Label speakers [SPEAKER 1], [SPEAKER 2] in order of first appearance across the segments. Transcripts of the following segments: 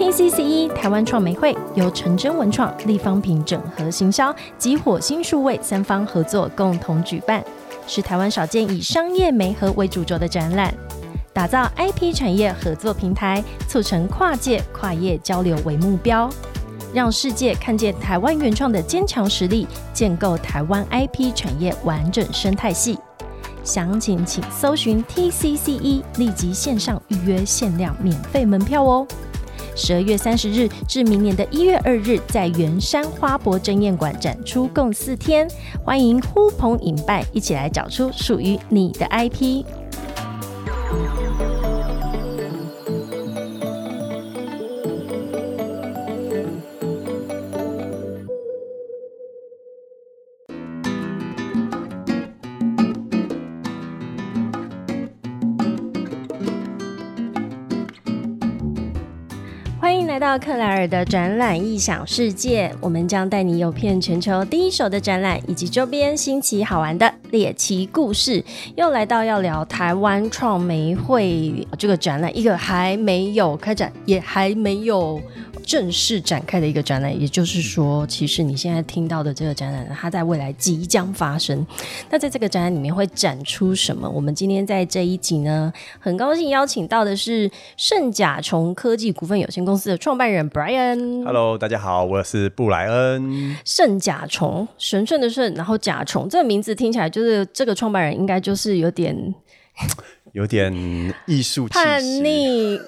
[SPEAKER 1] ACCE E，台湾创媒会由陈真文创、立方品整合行销及火星数位三方合作共同举办，是台湾少见以商业媒合为主轴的展览，打造 IP 产业合作平台，促成跨界跨业交流为目标，让世界看见台湾原创的坚强实力，建构台湾 IP 产业完整生态系。详情请搜寻 TCCE，立 E，即线上预约限量免费门票哦。十二月三十日至明年的一月二日，在圆山花博争艳馆展出共四天，欢迎呼朋引伴，一起来找出属于你的 IP。欢迎来到克莱尔的展览异想世界，我们将带你游遍全球第一手的展览以及周边新奇好玩的猎奇故事。又来到要聊台湾创媒会呃这个展览，一个还没有开展，也还没有正式展开的一个展览。也就是说，其实你现在听到的这个展览，它在未来即将发生。那在这个展览里面会展出什么？我们今天在这一集呢，很高兴邀请到的是圣甲虫科技股份有限公司的创办人 Brian。
[SPEAKER 2] Hello，大家好，我是布莱恩。
[SPEAKER 1] 圣甲虫，神圣的圣，然后甲虫，这个名字听起来就是这个创办人应该就是有点
[SPEAKER 2] 有点艺术气息
[SPEAKER 1] 叛，逆。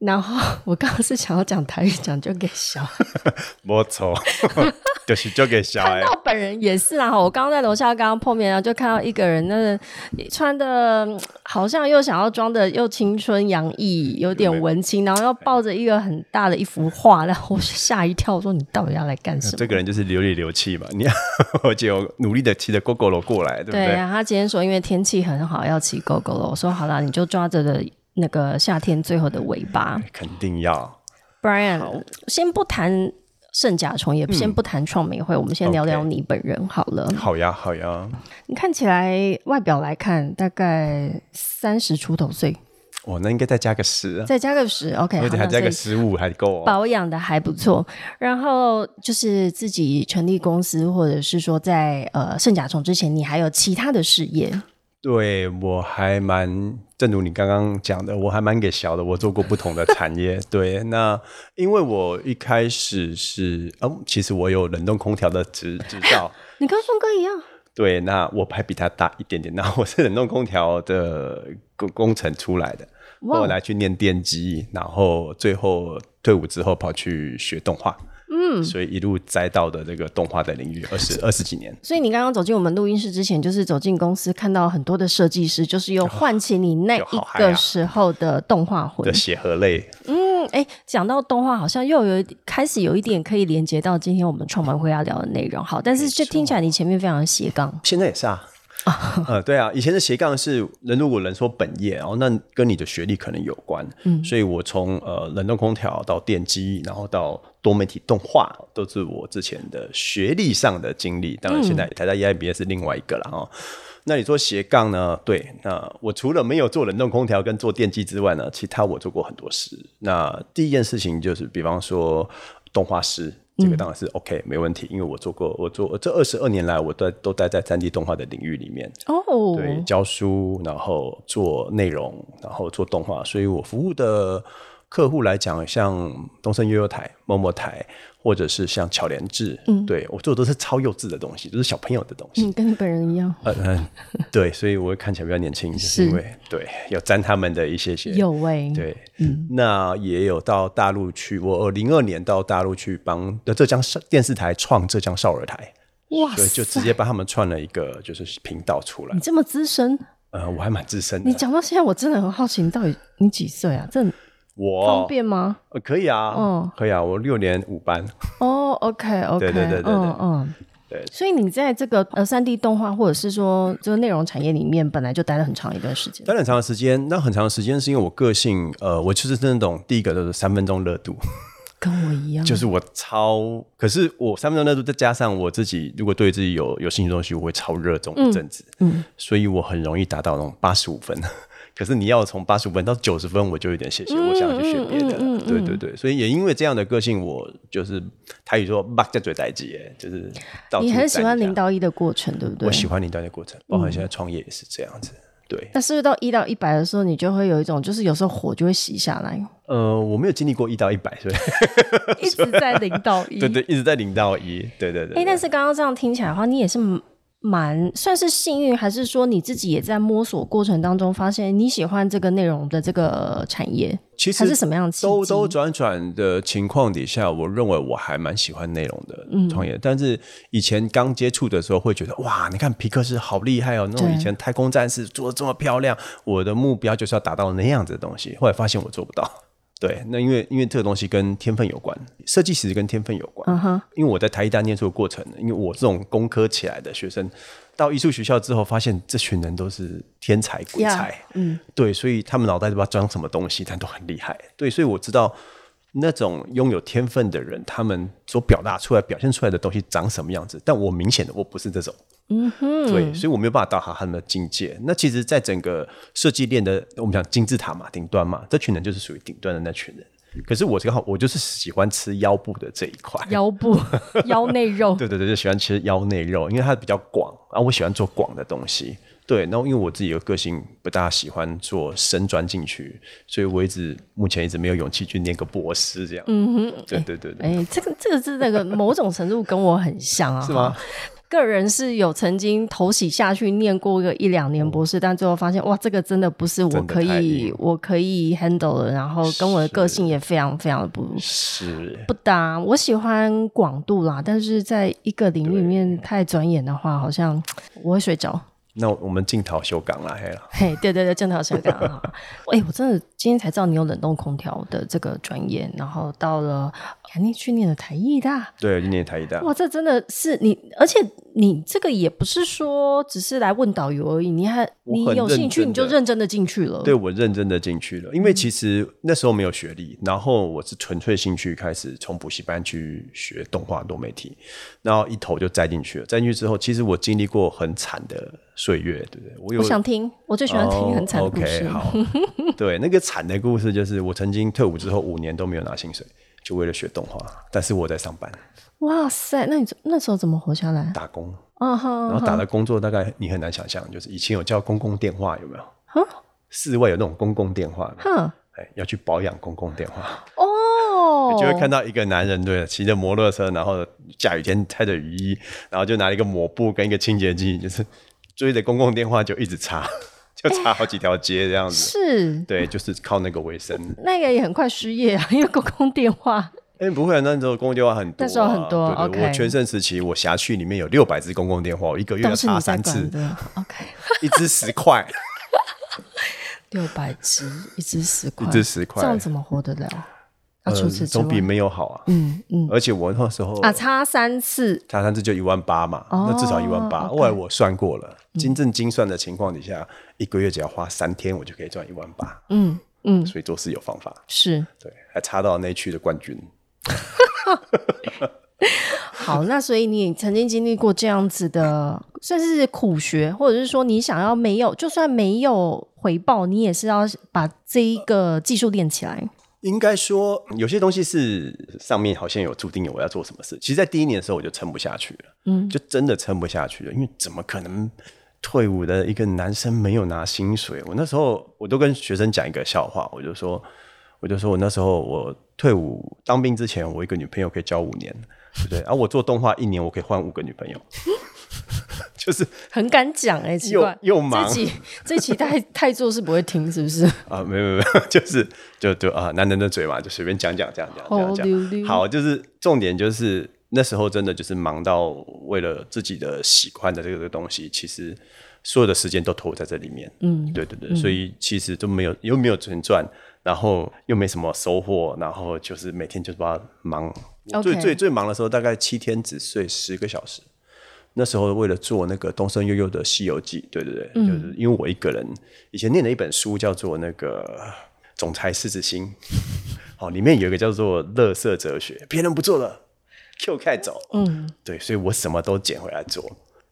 [SPEAKER 1] 然后我刚刚是想要讲台语，讲就给小
[SPEAKER 2] 没错， 就是就给小
[SPEAKER 1] 看
[SPEAKER 2] 孩
[SPEAKER 1] 到本人也是啦，我刚刚在楼下刚刚碰面，然后就看到一个人，那个穿的嗯好像又想要装的又青春洋溢，有点文青，然后又抱着一个很大的一幅画，然后我就吓一跳，我说你到底要来干什么？
[SPEAKER 2] 这个人就是流里流气嘛。你而且 我努力的骑着 GoGo 罗过来，对不
[SPEAKER 1] 对
[SPEAKER 2] 对？
[SPEAKER 1] 啊，他今天说因为天气很好要骑狗狗了，我说好啦，你就抓着的那个夏天最后的尾巴。
[SPEAKER 2] 肯定要
[SPEAKER 1] Brian，先不谈圣甲虫，也先不谈创美会，我们先聊聊
[SPEAKER 2] OK
[SPEAKER 1] 你本人好了。
[SPEAKER 2] 好呀好呀。
[SPEAKER 1] 你看起来外表来看大概三十出头岁，
[SPEAKER 2] 哇，哦那应该再加个十啊，
[SPEAKER 1] 再加个十，OK，
[SPEAKER 2] 而且还
[SPEAKER 1] 好那
[SPEAKER 2] 加个
[SPEAKER 1] 所以
[SPEAKER 2] 十五还够哦。
[SPEAKER 1] 保养的还不错。然后就是自己成立公司，或者是说在呃圣甲虫之前，你还有其他的事业。
[SPEAKER 2] 对我还蛮，正如你刚刚讲的，我还蛮给小的。我做过不同的产业， 对。那因为我一开始是，嗯，其实我有冷冻空调的执执照。
[SPEAKER 1] 你跟宋哥一样，
[SPEAKER 2] 对，那我还比他大一点点。那我是冷冻空调的工工程出来的，
[SPEAKER 1] 哇哦
[SPEAKER 2] 后来去念电机，然后最后退伍之后跑去学动画。嗯，所以一路栽到的这个动画的领域，二十二十几年。
[SPEAKER 1] 所以你刚刚走进我们录音室之前，就是走进公司看到很多的设计师，就是又唤起你那
[SPEAKER 2] 就好
[SPEAKER 1] 一
[SPEAKER 2] 嗨啊
[SPEAKER 1] 个时候的动画魂
[SPEAKER 2] 的。血和泪，
[SPEAKER 1] 嗯，哎，讲到动画，好像又有一开始有一点可以连接到今天我们创办会要聊的内容。好，但是这听起来你前面非常的斜杠，
[SPEAKER 2] 现在也是啊。呃，对啊，以前的斜杠是人，如果人说本业，然后那跟你的学历可能有关，嗯，所以我从呃冷冻空调到电机，然后到多媒体动画，都是我之前的学历上的经历。当然，现在台大 E EIBA 是另外一个了哦。那你说斜杠呢？对，那我除了没有做冷冻空调跟做电机之外呢，其他我做过很多事。那第一件事情就是，比方说动画师，这个当然是 OK、没问题，因为我做过，我做这二十二年来，我都在都待在三 D 动画的领域里面，
[SPEAKER 1] 哦，
[SPEAKER 2] 对，教书，然后做内容，然后做动画，所以我服务的客户来讲，像东森悠悠台、某某台，或者是像巧莲智，嗯，对我做的都是超幼稚的东西，就是小朋友的东西。
[SPEAKER 1] 嗯，跟你本人一样，
[SPEAKER 2] 嗯嗯，对，所以我会看起来比较年轻，就是
[SPEAKER 1] 是
[SPEAKER 2] 因为对有沾他们的一些些
[SPEAKER 1] 有哎、
[SPEAKER 2] 对，那也有到大陆去，我零二年到大陆去帮呃浙江少电视台创浙江少儿台，
[SPEAKER 1] 哇
[SPEAKER 2] 所以就直
[SPEAKER 1] 塞，
[SPEAKER 2] 接帮他们创了一个就是频道出来
[SPEAKER 1] 你。这么资深，
[SPEAKER 2] 呃，我还蛮资深
[SPEAKER 1] 你
[SPEAKER 2] 的，
[SPEAKER 1] 讲到现在，我真的很好奇，你到底你几岁啊？这很方
[SPEAKER 2] 我、
[SPEAKER 1] 便吗？
[SPEAKER 2] 呃可以啊，
[SPEAKER 1] 嗯
[SPEAKER 2] 可以啊，我六年五班，
[SPEAKER 1] 哦，OK，OK、o k OK，
[SPEAKER 2] 对对对对对
[SPEAKER 1] 嗯嗯。
[SPEAKER 2] 对
[SPEAKER 1] 所以你在这个呃三 D 动画或者是说这个内容产业里面，本来就待了很长一段时间。
[SPEAKER 2] 待了很长的时间。那很长的时间是因为我个性，呃，我就是那种第一个就是三分钟热度，
[SPEAKER 1] 跟我一样，
[SPEAKER 2] 就是我超，可是我三分钟热度，再加上我自己，如果对自
[SPEAKER 1] 嗯
[SPEAKER 2] 己有有兴趣的东西，我会超热衷一阵子，嗯，所以我很容易达到那种八十五分， 可是你要从八十五分到九十分，我就有点谢谢，我想要去学别的了。
[SPEAKER 1] 嗯嗯嗯嗯
[SPEAKER 2] 对对对，所以也因为这样的个性，我就是台语说“八在嘴在急”，就是到处
[SPEAKER 1] 你很喜欢
[SPEAKER 2] 沾一下
[SPEAKER 1] 零，到一的过程，对不嗯对？
[SPEAKER 2] 我喜欢领导的过程，包含现在创业也是这样子。对，
[SPEAKER 1] 那是不是到一到一百的时候，你就会有一种，就是有时候火就会熄下 来，
[SPEAKER 2] 呃，我没有经历过一到一百，所以
[SPEAKER 1] 一直在零到一。
[SPEAKER 2] 对对，一直在零到一，对对对。
[SPEAKER 1] 哎、
[SPEAKER 2] 对
[SPEAKER 1] 但是刚刚这样听起来的话，你也是蛮蛮算是幸运，还是说你自己也在摸索过程当中发现你喜欢这个内容的这个产业？
[SPEAKER 2] 其实
[SPEAKER 1] 还是什么样的契机
[SPEAKER 2] 兜兜转转的情况底下，我认为我还蛮喜欢内容的创业。但是以前刚接触的时候，会觉得哇，你看皮克斯好厉害哦，那种
[SPEAKER 1] 对
[SPEAKER 2] 以前太空战士做的这么漂亮，我的目标就是要达到那样子的东西。后来发现我做不到。对，那因为因为这个东西跟天分有关，设计其实跟天分有关。
[SPEAKER 1] 嗯哼，
[SPEAKER 2] 因为我在台艺大念书的过程，因为我这种工科起来的学生，到艺术学校之后，发现这群人都是天才鬼才
[SPEAKER 1] Yeah，嗯，
[SPEAKER 2] 对，所以他们脑袋都不知道装什么东西，但都很厉害。对，所以我知道那种拥有天分的人，他们所表达出来、表现出来的东西长什么样子，但我明显的我不是这种，嗯哼，对，所以我没有办法到达他们的境界。那其实，在整个设计链的，我们讲金字塔嘛，顶端嘛，这群人就是属于顶端的那群人。可是我刚好，我就是喜欢吃腰部的这一块，
[SPEAKER 1] 腰 部、腰内肉，
[SPEAKER 2] 对对对，就喜欢吃腰内肉，因为它比较广啊，我喜欢做广的东西。对，然后因为我自己的个性不大喜欢做深钻进去，所以我一直目前一直没有勇气去念个博士这样。嗯哼，对对对对，
[SPEAKER 1] 哎、这个这个是那个某种程度跟我很像啊，
[SPEAKER 2] 是吗？
[SPEAKER 1] 个人是有曾经投洗下去念过个一两年博士，但最后发现哇，这个真的不是我
[SPEAKER 2] 真的
[SPEAKER 1] 可
[SPEAKER 2] 太
[SPEAKER 1] 以
[SPEAKER 2] 硬
[SPEAKER 1] 我可以 handle 的，然后跟我的个性也非常非常的不
[SPEAKER 2] 是
[SPEAKER 1] 不搭。我喜欢广度啦，但是在一个领域里面太钻研的话，好像我会睡着。
[SPEAKER 2] 那我们进逃修港啦，嘿啦，
[SPEAKER 1] 嘿，对对对，正好香港 啊！哎、我真的今天才知道你有冷冻空调的这个专业，然后到了肯定去念了台艺大，
[SPEAKER 2] 对，念台一大，
[SPEAKER 1] 哇，这真的是你，而且你这个也不是说只是来问导游而已，你还
[SPEAKER 2] 我
[SPEAKER 1] 你
[SPEAKER 2] 很
[SPEAKER 1] 有
[SPEAKER 2] 认
[SPEAKER 1] 兴趣
[SPEAKER 2] 真
[SPEAKER 1] 你就
[SPEAKER 2] 的
[SPEAKER 1] 认真的进去了。
[SPEAKER 2] 对，我认真的进去了，因为其实那时候没有学历，然后我是纯粹兴趣开始从补习班去学动画多媒体，然后一头就栽进去了。栽进去之后，其实我经历过很惨的岁月，对不对？我有
[SPEAKER 1] 我想听，我最喜欢听很惨的故事。
[SPEAKER 2] 哦、OK，好，对，那个惨的故事就是我曾经退伍之后五年都没有拿薪水，就为了学动画，但是我在上班
[SPEAKER 1] 嗯哇塞，那你怎那时候怎么活下来？
[SPEAKER 2] 打工，
[SPEAKER 1] 啊哈，
[SPEAKER 2] 然后打的工作大概你很难想象，就是以前有叫公共电话有没有？
[SPEAKER 1] 哈
[SPEAKER 2] 室外有那种公共电话有没有，
[SPEAKER 1] 哈
[SPEAKER 2] 哎，要去保养公共电话。
[SPEAKER 1] 哦，
[SPEAKER 2] 就会看到一个男人对骑着摩托车，然后下雨天穿着雨衣，然后就拿了一个抹布跟一个清洁剂，就是追着公共电话就一直擦， 就擦好几条街这样 子。
[SPEAKER 1] 是
[SPEAKER 2] 对，就是靠那个为生。
[SPEAKER 1] 那个也很快失业啊，因为公共电话
[SPEAKER 2] 哎、不会、啊，那时候公共电话很多啊、
[SPEAKER 1] 那时候很多
[SPEAKER 2] 对对
[SPEAKER 1] OK
[SPEAKER 2] 我全盛时期，我辖区里面有六百只公共电话，我一个月要
[SPEAKER 1] 都是
[SPEAKER 2] 查
[SPEAKER 1] 你在
[SPEAKER 2] 三次
[SPEAKER 1] 管，的。OK，
[SPEAKER 2] 一只 十块，
[SPEAKER 1] 六百只，一只十块，
[SPEAKER 2] 一只10块
[SPEAKER 1] 这样怎么活得了？啊，除此
[SPEAKER 2] 嗯
[SPEAKER 1] 之
[SPEAKER 2] 总
[SPEAKER 1] 外，
[SPEAKER 2] 比没有好啊。
[SPEAKER 1] 嗯嗯
[SPEAKER 2] 而且我那时候
[SPEAKER 1] 啊，差三次
[SPEAKER 2] 他三次就一万八嘛，
[SPEAKER 1] 哦
[SPEAKER 2] 那至少一万
[SPEAKER 1] OK
[SPEAKER 2] 八。
[SPEAKER 1] 嗯
[SPEAKER 2] 后来我算过了，经正精算的情况底下，一个月只要花三天，我就可以赚一万八。
[SPEAKER 1] 嗯嗯
[SPEAKER 2] 所以做事有方法，
[SPEAKER 1] 是。
[SPEAKER 2] 对，还插到那区的冠军。
[SPEAKER 1] 好，那所以你曾经经历过这样子的，算是苦学，或者是说你想要没有，就算没有回报，你也是要把这一个技术练起来。
[SPEAKER 2] 应该说，有些东西是上面好像有注定有我要做什么事。其实，在第一年的时候，我就撑不下去了，嗯，就真的撑不下去了，因为怎么可能退伍的一个男生没有拿薪水？我那时候我都跟学生讲一个笑话，我就说，我就说我那时候我退伍当兵之前，我一个女朋友可以交五年，对不对？啊而、我做动画一年，我可以换五个女朋友， 就是
[SPEAKER 1] 很敢讲哎、奇怪，
[SPEAKER 2] 又又忙
[SPEAKER 1] 这期这期太太做是不会停，是不是？
[SPEAKER 2] 啊，没有没有没有，就是就就啊，男人的嘴嘛，就随便讲讲讲讲讲
[SPEAKER 1] 好溜溜
[SPEAKER 2] 讲。好，就是重点就是那时候真的就是忙到为了自己的喜欢的这个东西，其实所有的时间都投在这里面。嗯，对对对，所以其实都没有又没有钱赚，然后又没什么收获，然后就是每天就把它忙。我最
[SPEAKER 1] OK
[SPEAKER 2] 最最忙的时候，大概七天只睡十个小时。那时候为了做那个东森悠悠的《西游记》，对对对，就是因为我一个人以前念了一本书叫做那个《总裁狮子心》，好，哦里面有一个叫做“乐色哲学”，别人不做了，Q 开走，嗯，对，所以我什么都捡回来做，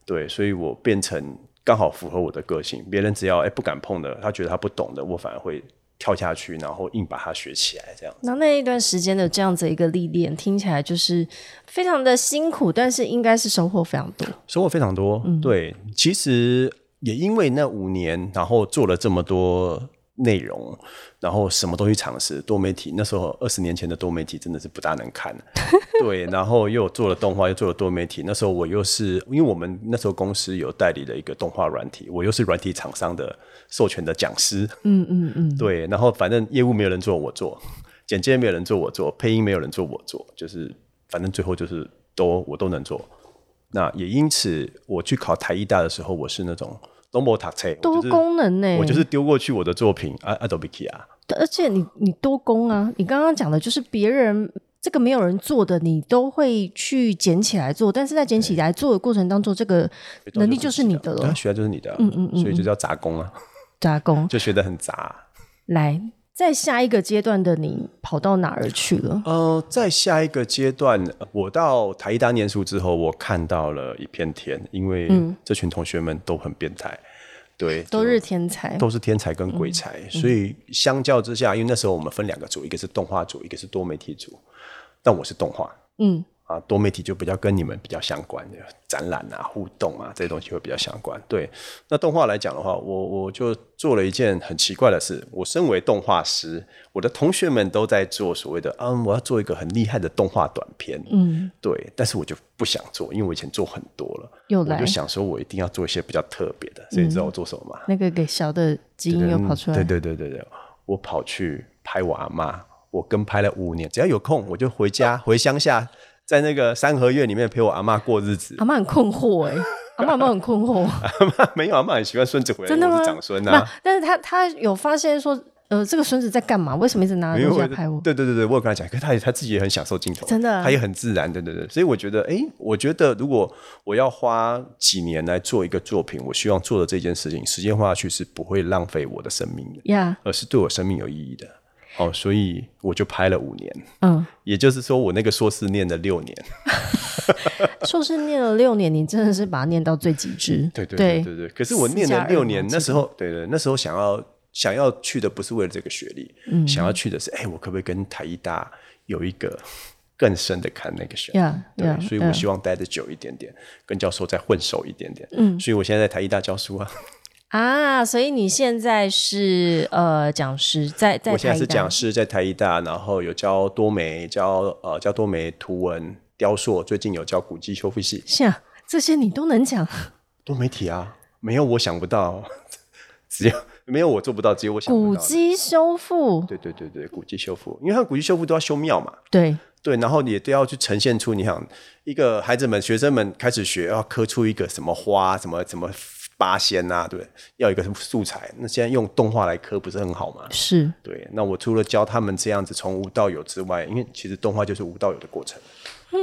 [SPEAKER 2] 对，所以我变成刚好符合我的个性。别人只要哎不敢碰的，他觉得他不懂的，我反而会跳下去，然后硬把它学起来，这样。
[SPEAKER 1] 那那一段时间的这样子一个历练，听起来就是非常的辛苦，但是应该是收获非常多。
[SPEAKER 2] 收获非常多，对。其实也因为那五年，然后做了这么多内容，然后什么东西尝试，多媒体那时候二十年前的多媒体真的是不大能看，对。然后又做了动画，又做了多媒体。那时候我又是因为我们那时候公司有代理了一个动画软体，我又是软体厂商的授权的讲师，
[SPEAKER 1] 嗯嗯嗯，
[SPEAKER 2] 对。然后反正业务没有人做，我做；剪接没有人做，我做；配音没有人做，我做。就是反正最后就是都我都能做。那也因此，我去考台艺大的时候，我是那种东博塔车，
[SPEAKER 1] 多功能呢、
[SPEAKER 2] 我就是丢过去我的作品啊，Adobe Kia。
[SPEAKER 1] 而且你你多功啊，你刚刚讲的就是别人这个没有人做的，你都会去捡起来做，但是在捡起来做的过程当中，这个能力就是你的
[SPEAKER 2] 对啊
[SPEAKER 1] 了，
[SPEAKER 2] 学的就是你的、嗯嗯嗯，所以就叫杂工啊，
[SPEAKER 1] 加工。
[SPEAKER 2] 就学的很杂。
[SPEAKER 1] 来，在下一个阶段的你跑到哪儿去了？
[SPEAKER 2] 呃，在下一个阶段，呃我到台艺大念书之后，我看到了一片天，因为这群同学们都很变态，对，
[SPEAKER 1] 嗯都是嗯天才，
[SPEAKER 2] 都是天才跟鬼才，所以相较之下，因为那时候我们分两个组，一个是动画组，一个是多媒体组，但我是动画
[SPEAKER 1] 嗯，
[SPEAKER 2] 啊，多媒体就比较跟你们比较相关的展览啊、互动啊这些东西会比较相关。对，那动画来讲的话，我我就做了一件很奇怪的事，我身为动画师，我的同学们都在做所谓的，嗯，我要做一个很厉害的动画短片，嗯，对，但是我就不想做，因为我以前做很多了，
[SPEAKER 1] 又
[SPEAKER 2] 我
[SPEAKER 1] 来嗯
[SPEAKER 2] 就想说我一定要做一些比较特别的，所以你知道我做什么吗？
[SPEAKER 1] 那个给小的基因又跑出来，
[SPEAKER 2] 对对对对对，我跑去拍我阿妈，我跟拍了五年，只要有空我就回家 回乡下，在那个三合院里面陪我阿妈过日子。
[SPEAKER 1] 阿妈很困惑哎、阿妈有没有很困惑？
[SPEAKER 2] 阿妈没有，阿妈很喜欢孙子回来，
[SPEAKER 1] 真的
[SPEAKER 2] 我
[SPEAKER 1] 吗？
[SPEAKER 2] 是长孙
[SPEAKER 1] 那
[SPEAKER 2] 啊。
[SPEAKER 1] 但是他他有发现说，呃，这个孙子在干嘛？为什么一直拿
[SPEAKER 2] 因
[SPEAKER 1] 着
[SPEAKER 2] 为
[SPEAKER 1] 东西
[SPEAKER 2] 我
[SPEAKER 1] 来拍我？
[SPEAKER 2] 对对对对，我有跟他讲，可他也他自己也很享受镜头，
[SPEAKER 1] 真的啊
[SPEAKER 2] 他也很自然，对对对，所以我觉得，哎，我觉得如果我要花几年来做一个作品，我希望做的这件事情，时间花下去是不会浪费我的生命的，
[SPEAKER 1] 呀
[SPEAKER 2] 而是对我生命有意义的。哦，所以我就拍了五年，
[SPEAKER 1] 嗯，
[SPEAKER 2] 也就是说，我那个硕士念了六年。
[SPEAKER 1] 硕士念了六年，你真的是把它念到最极致。
[SPEAKER 2] 对对对对对。可是我念了六年，那时候对对，那时候想要想要去的不是为了这个学历，
[SPEAKER 1] 嗯
[SPEAKER 2] 想要去的是，哎，我可不可以跟台艺大有一个更深的 connection？、
[SPEAKER 1] 呀
[SPEAKER 2] 对
[SPEAKER 1] 呀，
[SPEAKER 2] 所以
[SPEAKER 1] yeah
[SPEAKER 2] 我希望待的久一点点，跟教授再混熟一点点。嗯，所以我现在在台艺大教书啊，
[SPEAKER 1] 啊，所以你现在是呃讲师，在在
[SPEAKER 2] 我现在
[SPEAKER 1] 台
[SPEAKER 2] 是
[SPEAKER 1] 大
[SPEAKER 2] 讲师，在台艺大，然后有教多媒，教呃教多媒图文。雕塑最近有教古迹修复系，
[SPEAKER 1] 是啊，这些你都能讲，
[SPEAKER 2] 多媒体啊，没有我想不到， 只有没有我做不到，只有我想不
[SPEAKER 1] 古
[SPEAKER 2] 到。
[SPEAKER 1] 迹修复，
[SPEAKER 2] 对对对对，古迹修复，因为它古迹修复都要修庙嘛，
[SPEAKER 1] 对，
[SPEAKER 2] 对，然后也都要去呈现出你想一个孩子们、学生们开始学，要刻出一个什么花、什么什么八仙啊，对，要一个什么素材。那现在用动画来刻不是很好吗？
[SPEAKER 1] 是
[SPEAKER 2] 对，那我除了教他们这样子从无到有之外，因为其实动画就是无到有的过程，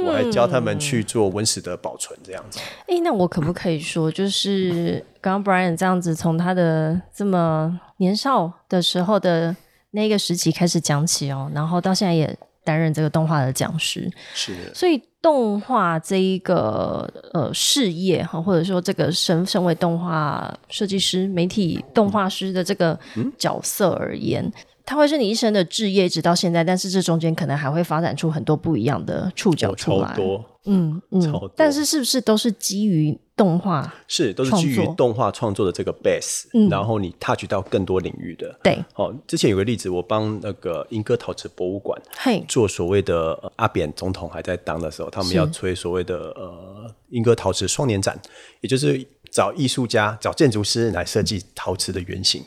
[SPEAKER 2] 我还教他们
[SPEAKER 1] 嗯
[SPEAKER 2] 去做文史的保存，这样子。
[SPEAKER 1] 哎，那我可不可以说，就是 刚刚 Brian 这样子从他的这么年少的时候的那个时期开始讲起哦，然后到现在也担任这个动画的讲师，
[SPEAKER 2] 是
[SPEAKER 1] 所以动画这一个呃事业哈，或者说这个身身为动画设计师、媒体动画师的这个
[SPEAKER 2] 嗯
[SPEAKER 1] 角色而言，它会是你一生的置业，直到现在。但是这中间可能还会发展出很多不一样的触角
[SPEAKER 2] 有
[SPEAKER 1] 出
[SPEAKER 2] 哦超
[SPEAKER 1] 来，
[SPEAKER 2] 多，
[SPEAKER 1] 嗯
[SPEAKER 2] 超
[SPEAKER 1] 嗯
[SPEAKER 2] 多。
[SPEAKER 1] 但是是不是都是基于动画？
[SPEAKER 2] 是都是
[SPEAKER 1] 创
[SPEAKER 2] 基于
[SPEAKER 1] 作嗯
[SPEAKER 2] 动画创作的这个 base，、然后你 touch 到更多领域的。
[SPEAKER 1] 对，
[SPEAKER 2] 好、之前有个例子，我帮那个英歌陶瓷博物馆
[SPEAKER 1] 嘿，
[SPEAKER 2] 做所谓的、呃阿扁总统还在当的时候，他们
[SPEAKER 1] 是
[SPEAKER 2] 要推所谓的呃英歌陶瓷双年展，也就是找艺术家、找建筑师来设计陶瓷的原型，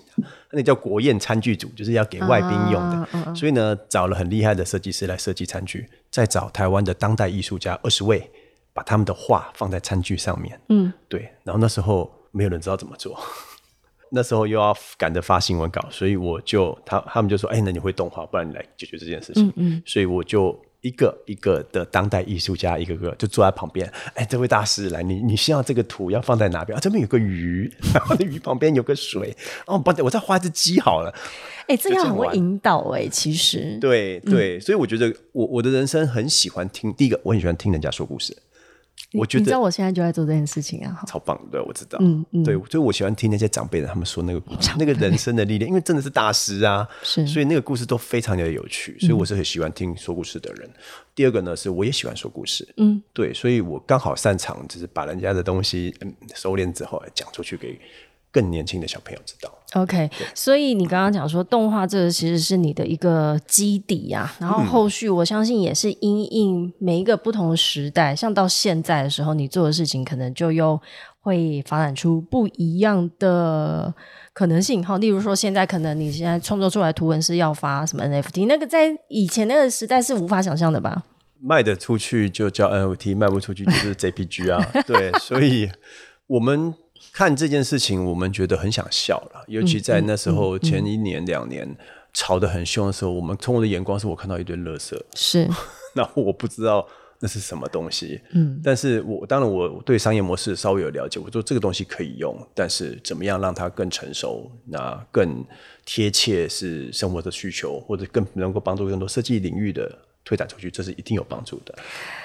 [SPEAKER 2] 那叫国宴餐具组，就是要给外宾用的。
[SPEAKER 1] 啊
[SPEAKER 2] 所以呢，找了很厉害的设计师来设计餐具，再找台湾的当代艺术家二十位，把他们的画放在餐具上面。嗯，对。然后那时候没有人知道怎么做。 那时候又要赶着发新闻稿，所以我就他他们就说：“哎、那你会动画，不然你来解决这件事情。嗯”所以我就一个一个的当代艺术家，一个个就坐在旁边。哎、这位大师，来，你你需要这个图要放在哪边？啊，这边有个鱼， 然后鱼旁边有个水。哦，不，我再画一只鸡好了。
[SPEAKER 1] 哎，这样
[SPEAKER 2] 这样
[SPEAKER 1] 很会
[SPEAKER 2] 玩
[SPEAKER 1] 引导哎、其实
[SPEAKER 2] 对对，所以我觉得我我的人生很喜欢听第一个，我很喜欢听人家说故事。我觉
[SPEAKER 1] 你知道
[SPEAKER 2] 得
[SPEAKER 1] 我现在就在做这件事情啊，哈
[SPEAKER 2] 超棒的，我知道。
[SPEAKER 1] 嗯嗯
[SPEAKER 2] 对，就是我喜欢听那些长辈的他们说那个故事，那个人生的历练，因为真的是大师啊，
[SPEAKER 1] 是
[SPEAKER 2] 所以那个故事都非常的有趣，所以
[SPEAKER 1] 嗯
[SPEAKER 2] 我是很喜欢听说故事的人。第二个呢，是我也喜欢说故事，
[SPEAKER 1] 嗯，
[SPEAKER 2] 对，所以我刚好擅长就是把人家的东西嗯收敛之后讲出去给更年轻的小朋友知道。
[SPEAKER 1] OK，所以你刚刚讲说动画这个其实是你的一个基底啊，然后后续我相信也是因应每一个不同的时代，像到现在的时候，你做的事情可能就又会发展出不一样的可能性哈。例如说，现在可能你现在创作出来的图文是要发什么 NFT，那个在以前那个时代是无法想象的吧？
[SPEAKER 2] 卖得出去就叫 NFT，卖不出去就是 JPG 啊。对，所以我们看这件事情，我们觉得很想笑了。尤其在那时候前一年两年吵得很凶的时候，我们从我的眼光是我看到一堆垃圾，
[SPEAKER 1] 是，
[SPEAKER 2] 然后我不知道那是什么东西。嗯，但是我当然我对商业模式稍微有了解，我说这个东西可以用，但是怎么样让它更成熟，那更贴切是生活的需求，或者更能够帮助更多设计领域的推展出去，这是一定有帮助的。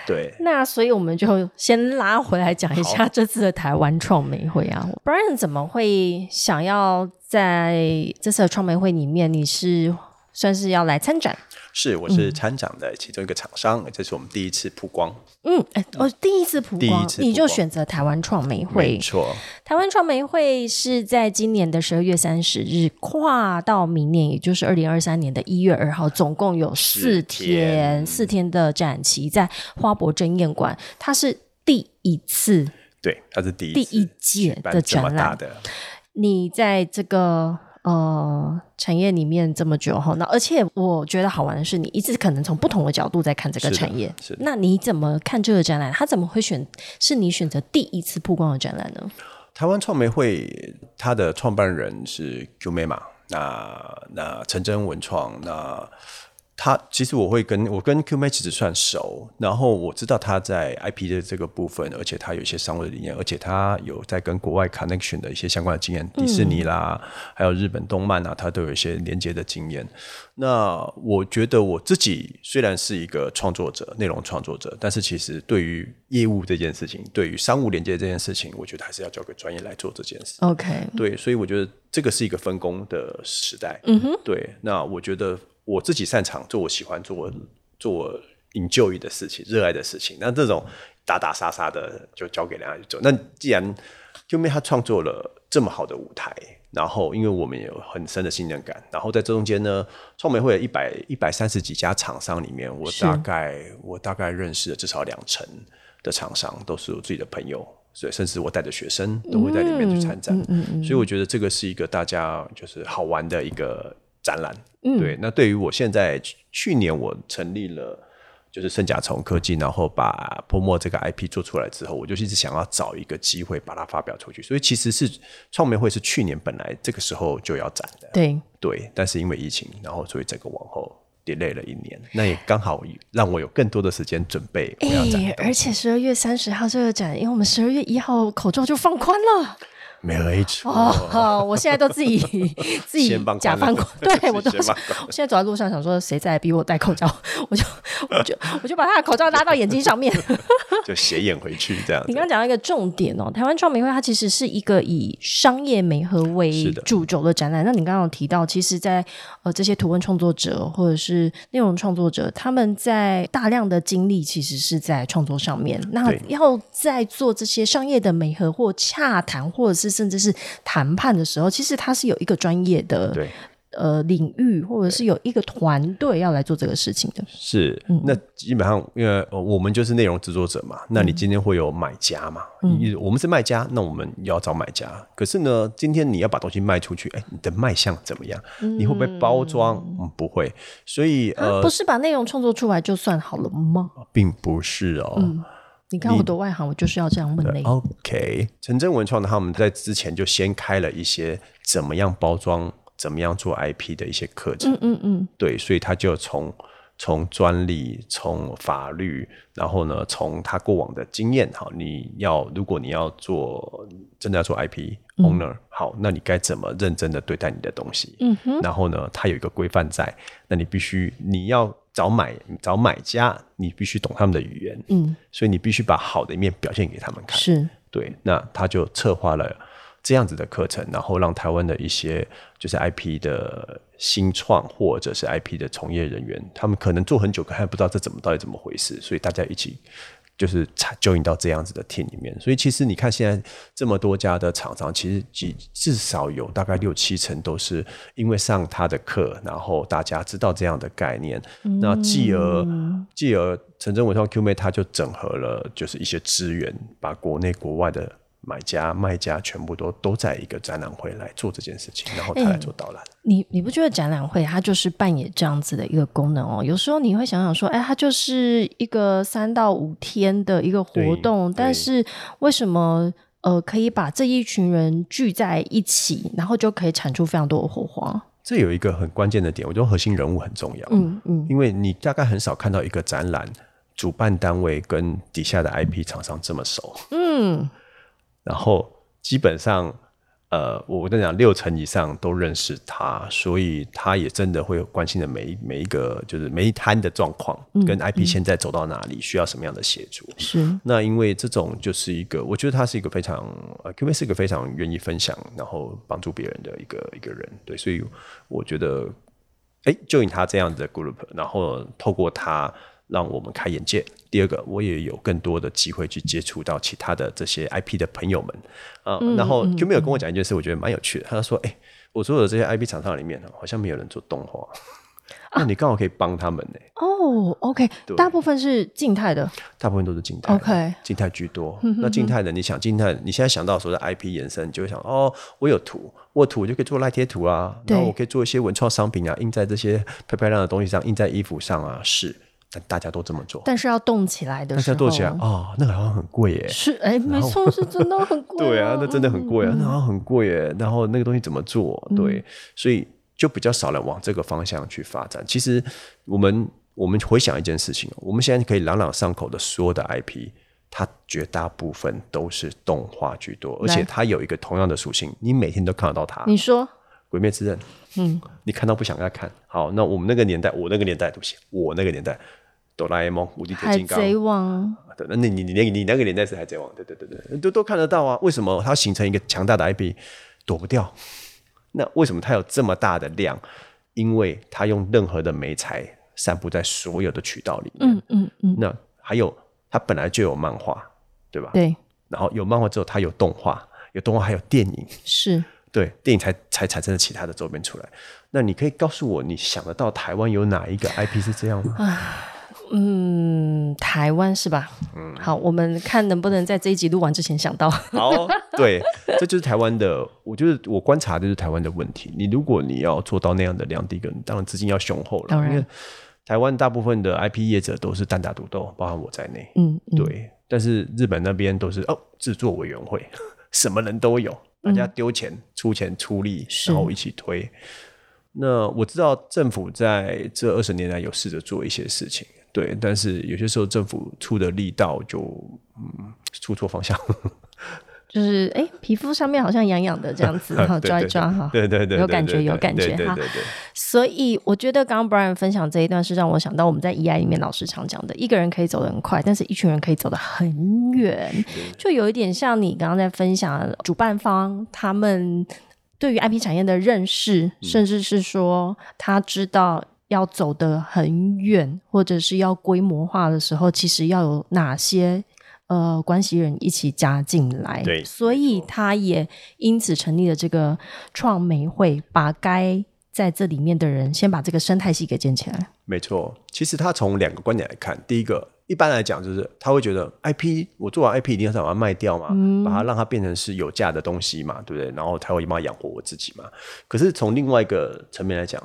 [SPEAKER 2] 对，
[SPEAKER 1] 那所以我们就先拉回来讲一下这次的台湾创美会啊，Brian 怎么会想要在这次的创美会里面，你是算是要来参展？
[SPEAKER 2] 是我是参展的其中一个厂商，这是我们第一次曝光，
[SPEAKER 1] 嗯，哎、我、第一次曝
[SPEAKER 2] 第一
[SPEAKER 1] 光，
[SPEAKER 2] 次曝
[SPEAKER 1] 你就
[SPEAKER 2] 光
[SPEAKER 1] 选择台湾创美
[SPEAKER 2] 没
[SPEAKER 1] 会。
[SPEAKER 2] 错。
[SPEAKER 1] 台湾创媒会是在今年的十二月三十日跨到明年，也就是二零二三年的一月二号，总共有四天
[SPEAKER 2] 天
[SPEAKER 1] 四天的展期在花博争艳馆，它是第一次
[SPEAKER 2] 对，它是第一
[SPEAKER 1] 第
[SPEAKER 2] 次
[SPEAKER 1] 一届
[SPEAKER 2] 办
[SPEAKER 1] 的
[SPEAKER 2] 这么
[SPEAKER 1] 展
[SPEAKER 2] 大
[SPEAKER 1] 览。
[SPEAKER 2] 的，
[SPEAKER 1] 你在这个呃产业里面这么久哈，那而且我觉得好玩的是，你一直可能从不同的角度在看这个
[SPEAKER 2] 是的
[SPEAKER 1] 产业。
[SPEAKER 2] 是的
[SPEAKER 1] 那你怎么看这个展览？它怎么会选是你选择第一次曝光的展览呢？
[SPEAKER 2] 台湾创媒会，它的创办人是 Q 妹嘛？那那陈真文创，那他其实我会跟我跟 Q 妹其实算熟，然后我知道他在 IP 的这个部分，而且他有一些商务的理念，而且他有在跟国外 connection 的一些相关的经验，迪士尼啦，还有日本动漫啊，他都有一些连接的经验。那我觉得我自己虽然是一个创作者、内容创作者，但是其实对于业务这件事情，对于商务连接这件事情，我觉得还是要交给专业来做这件事。
[SPEAKER 1] OK，
[SPEAKER 2] 对，所以我觉得这个是一个分工的时代。嗯哼，对。那我觉得我自己擅长做我喜欢做我做我 enjoy 的事情、热爱的事情。那这种打打杀杀的就交给人家去做。那既然 Q 妹她创作了这么好的舞台，然后因为我们也有很深的信任感，然后在这中间呢，创美会有一百一百三十几家厂商里面，我大概我大概认识了至少两成的厂商都是我自己的朋友。所以，甚至我带着学生都会在里面去参展，
[SPEAKER 1] 嗯
[SPEAKER 2] 所以我觉得这个是一个大家就是好玩的一个展览。
[SPEAKER 1] 嗯
[SPEAKER 2] 对，那对于我现在去去年我成立了就是圣甲虫科技，然后把泼墨这个 IP 做出来之后，我就一直想要找一个机会把它发表出去，所以其实是创媒会是去年本来这个时候就要展的，
[SPEAKER 1] 对，
[SPEAKER 2] 对，但是因为疫情，然后所以整个往后 delay 了一年，那也刚好让我有更多的时间准备我要展的
[SPEAKER 1] 哎，
[SPEAKER 2] 东
[SPEAKER 1] 而
[SPEAKER 2] 西。
[SPEAKER 1] 且十二月三十号这个展，因为我们十二月一号口罩就放宽了
[SPEAKER 2] 没错，
[SPEAKER 1] 哦，我现在都自 己自己
[SPEAKER 2] 先放宽了
[SPEAKER 1] 假 放宽，对我都
[SPEAKER 2] 自己
[SPEAKER 1] 是
[SPEAKER 2] 先放宽，
[SPEAKER 1] 我现在走在路上想说谁再来逼我戴口罩，我就我就我就把他的口罩拉到眼睛上面。
[SPEAKER 2] 就斜眼回去这样
[SPEAKER 1] 你
[SPEAKER 2] 子
[SPEAKER 1] 刚。刚讲到一个重点哦，台湾创美会它其实是一个以商业媒合为
[SPEAKER 2] 是的
[SPEAKER 1] 主轴的展览。那你刚刚有提到，其实在，呃这些图文创作者或者是内容创作者，他们在大量的精力其实是在创作上面。那
[SPEAKER 2] 对
[SPEAKER 1] 要在做这些商业的媒合或洽谈，或者是甚至是谈判的时候，其实它是有一个专业的
[SPEAKER 2] 对，
[SPEAKER 1] 呃领域，或者是有一个团队要来做这个事情的。
[SPEAKER 2] 是，那基本上，因为呃我们就是内容制作者嘛，那你今天会有买家嘛？你我们是卖家，那我们要找买家。可是呢，今天你要把东西卖出去，哎，你的卖相怎么样？你会不会包装？嗯，不会。所以
[SPEAKER 1] 啊，
[SPEAKER 2] 呃
[SPEAKER 1] 不，是把内容创作出来就算好了吗？
[SPEAKER 2] 并不是哦。
[SPEAKER 1] 你看我多外行，我就是要这样问嘞。
[SPEAKER 2] OK，陈真文创的话，我们在之前就先开了一些怎么样包装、怎么样做 IP 的一些课程。嗯嗯嗯，对，所以他就从从专利、从法律，然后呢，从他过往的经验，好，你要如果你要做真的要做 IP owner，、好，那你该怎么认真的对待你的东西？嗯哼，然后呢，它有一个规范在，那你必须你要找买找买家，你必须懂他们的语言，嗯，所以你必须把好的一面表现给他们看，
[SPEAKER 1] 是
[SPEAKER 2] 对，那他就策划了这样子的课程，然后让台湾的一些就是 IP 的新创或者是 IP 的从业人员，他们可能做很久，可还不知道这怎么到底怎么回事，所以大家一起就是参 join 到这样子的 team 里面。所以其实你看现在这么多家的厂商，其实几至少有大概六七成都是因为上他的课，然后大家知道这样的概念，那继而继而陈真文创 Q 妹它就整合了就是一些资源，把国内国外的。买家、卖家全部都都在一个展览会来做这件事情，然后他来做导览。
[SPEAKER 1] 你你不觉得展览会它就是扮演这样子的一个功能哦？有时候你会想想说，哎，它就是一个三到五天的一个活动，
[SPEAKER 2] 对
[SPEAKER 1] 但是为什么呃可以把这一群人聚在一起，然后就可以产出非常多的火花？
[SPEAKER 2] 这有一个很关键的点，我觉得核心人物很重要。嗯嗯，因为你大概很少看到一个展览主办单位跟底下的 IP 厂商这么熟。嗯，然后基本上，呃，我我在讲六成以上都认识他，所以他也真的会关心的每一每一个就是每一摊的状况，跟 IP 现在走到哪里，需要什么样的协助。
[SPEAKER 1] 是
[SPEAKER 2] 那因为这种就是一个，我觉得他是一个非常呃，Q V 是一个非常愿意分享，然后帮助别人的一个一个人，对，所以我觉得，哎，就以他这样的 group，然后透过他让我们开眼界。第二个，我也有更多的机会去接触到其他的这些 IP 的朋友们啊、然后 Q 没有跟我讲一件事，我觉得蛮有趣的。他说：“哎，我所有的这些 IP 厂商里面，好像没有人做动画，那你刚好可以帮他们呢、
[SPEAKER 1] 哦，OK，大部分是静态的，
[SPEAKER 2] 大部分都是静态的
[SPEAKER 1] OK 嗯
[SPEAKER 2] 静态居多。那静态的，你想静态，你现在想到所谓的 IP 延伸，你就会想哦，我有图，我有图我就可以做赖贴图啊，
[SPEAKER 1] 对
[SPEAKER 2] 然后我可以做一些文创商品啊，印在这些漂漂亮的东西上，印在衣服上啊，是，但大家都这么做，
[SPEAKER 1] 但是要动起来的
[SPEAKER 2] 大
[SPEAKER 1] 时
[SPEAKER 2] 家
[SPEAKER 1] 候，
[SPEAKER 2] 做起来哦，那个好像很贵耶。
[SPEAKER 1] 是哎，没错，是真的很贵、 哦
[SPEAKER 2] 对啊，那真的很贵啊，那好像很贵耶。然后那个东西怎么做？对，所以就比较少人往这个方向去发展。其实我们我们回想一件事情哦，我们现在可以朗朗上口的所有的 IP，它绝大部分都是动画居多，而且
[SPEAKER 1] 来嗯
[SPEAKER 2] 它有一个同样的属性，你每天都看得到它。
[SPEAKER 1] 你说
[SPEAKER 2] 《鬼灭之刃》，嗯，你看到不想再看。好，那我们那个年代，我那个年代，对不起，我那个年代，《哆啦 A 梦》《无敌铁
[SPEAKER 1] 海
[SPEAKER 2] 金刚》
[SPEAKER 1] 贼王
[SPEAKER 2] 啊对，那你你你那个你那个年代是海贼王，对对对对，都都看得到啊。为什么它形成一个强大的 IP，躲不掉？那为什么它有这么大的量？因为它用任何的媒材散布在所有的渠道里面。嗯嗯嗯。那还有，它本来就有漫画，对吧？。
[SPEAKER 1] 对
[SPEAKER 2] 然后有漫画之后，它有动画，有动画还有电影，
[SPEAKER 1] 是
[SPEAKER 2] 对，电影才才产生了其他的周边出来。那你可以告诉我，你想得到台湾有哪一个 IP 是这样吗？
[SPEAKER 1] 嗯，台湾是吧？嗯，好，我们看能不能在这一集录完之前想到。
[SPEAKER 2] 好， 对，这就是台湾的，我觉得我观察这就是台湾的问题。你如果你要做到那样的量地跟，当然资金要雄厚
[SPEAKER 1] 当
[SPEAKER 2] 了，
[SPEAKER 1] 然
[SPEAKER 2] 因为台湾大部分的 IP 业者都是单打独斗，包含我在内，
[SPEAKER 1] 嗯，
[SPEAKER 2] 对。但是日本那边都是哦，制作委员会， 什么人都有，大
[SPEAKER 1] 嗯
[SPEAKER 2] 家丢钱、出钱、出力，然后一起推。那我知道政府在这二十年来有试着做一些事情，对，但是有些时候政府出的力道就嗯出错方向。
[SPEAKER 1] 就是哎，皮肤上面好像痒痒的这样子，好
[SPEAKER 2] 对
[SPEAKER 1] 抓一
[SPEAKER 2] 对
[SPEAKER 1] 抓哈。
[SPEAKER 2] 对对对，
[SPEAKER 1] 有
[SPEAKER 2] 对
[SPEAKER 1] 感
[SPEAKER 2] 对
[SPEAKER 1] 觉
[SPEAKER 2] 对
[SPEAKER 1] 有感
[SPEAKER 2] 对
[SPEAKER 1] 觉
[SPEAKER 2] 对
[SPEAKER 1] 哈
[SPEAKER 2] 对对
[SPEAKER 1] 所以我觉得刚刚 Brian 分享这一段是让我想到我们在 EI 里面老师常讲的，一个人可以走得很快，但是一群人可以走得很远，就有一点像你刚刚在分享主办方他们对于 IP 产业的认识，
[SPEAKER 2] 嗯
[SPEAKER 1] 甚至是说他知道。要走得很远，或者是要规模化的时候，其实要有哪些呃关系人一起加进来？
[SPEAKER 2] 对
[SPEAKER 1] 所以他也因此成立了这个创媒会，把该在这里面的人先把这个生态系给建起来。
[SPEAKER 2] 没错。其实他从两个观点来看，第一个。一般来讲，就是他会觉得 IP，我做完 IP 一定要把它卖掉嘛，
[SPEAKER 1] 嗯
[SPEAKER 2] 把它让它变成是有价的东西嘛，对不对？然后才会帮它养活我自己嘛。可是从另外一个层面来讲，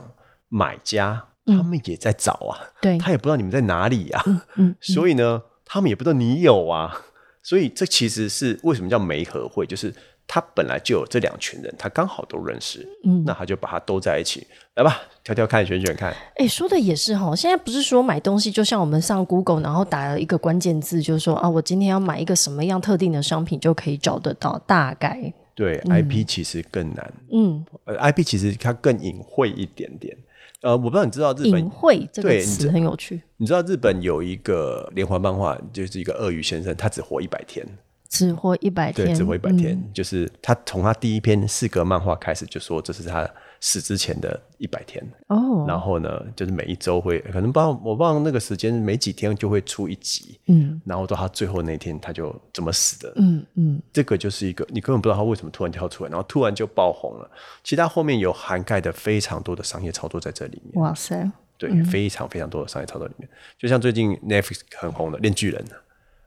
[SPEAKER 2] 买家
[SPEAKER 1] 嗯
[SPEAKER 2] 他们也在找啊，
[SPEAKER 1] 对，嗯
[SPEAKER 2] 他也不知道你们在哪里啊呀、所以呢，他们也不知道你有啊，所以这其实是为什么叫媒合会，就是他本来就有这两群人，他刚好都认识，嗯，那他就把它兜在一起，来吧，挑挑看，选选看。
[SPEAKER 1] 哎、欸，说的也是哈，现在不是说买东西，就像我们上 Google，然后打了一个关键字，就是说啊，我今天要买一个什么样特定的商品，就可以找得到大概。
[SPEAKER 2] 对、嗯、，IP 其实更难，嗯、呃、，IP 其实它更隐晦一点点。呃，我不知道你知道日本
[SPEAKER 1] 隐晦这个词很有趣。
[SPEAKER 2] 你知道日本有一个连环漫画，就是一个鳄鱼先生，他只活一百天。
[SPEAKER 1] 只活一百天，
[SPEAKER 2] 对，只活一百天，嗯、就是他从他第一篇四格漫画开始就说这是他死之前的一百天哦。然后呢，就是每一周会可能帮我忘那个时间，每几天就会出一集，嗯，然后到他最后那天他就怎么死的，嗯嗯，嗯这个就是一个你根本不知道他为什么突然跳出来，然后突然就爆红了。其实他后面有涵盖的非常多的商业操作在这里面。
[SPEAKER 1] 哇塞，
[SPEAKER 2] 对，嗯、非常非常多的商业操作里面，就像最近 Netflix 很红的《链巨人》。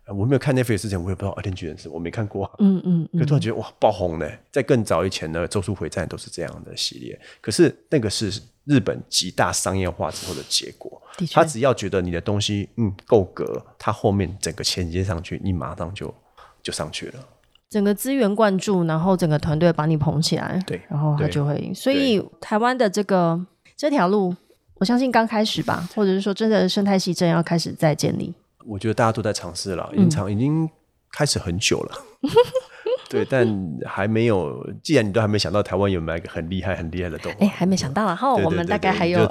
[SPEAKER 2] 我没有看那 x 之前，我也不知道《二啊天巨人》是，我没看过、啊嗯。嗯嗯，可突然觉得哇，爆红嘞！在更早以前呢，《咒术回战》都是这样的系列。可是那个是日本极大商业化之后的结果。他只要觉得你的东西嗯够格，他后面整个衔接上去，你马上就就上去了。
[SPEAKER 1] 整个资源灌注，然后整个团队把你捧起来，
[SPEAKER 2] 对，
[SPEAKER 1] 然后他就会。所以台湾的这个这条路，我相信刚开始吧，或者是说真的生态系正要开始在建立。
[SPEAKER 2] 我觉得大家都在尝试了，已经尝、嗯、已经开始很久了，对，但还没有。既然你都还没想到台湾有没有一个很厉害、很厉害的动画，
[SPEAKER 1] 哎、欸，还没想到啊！哈，我们大概还有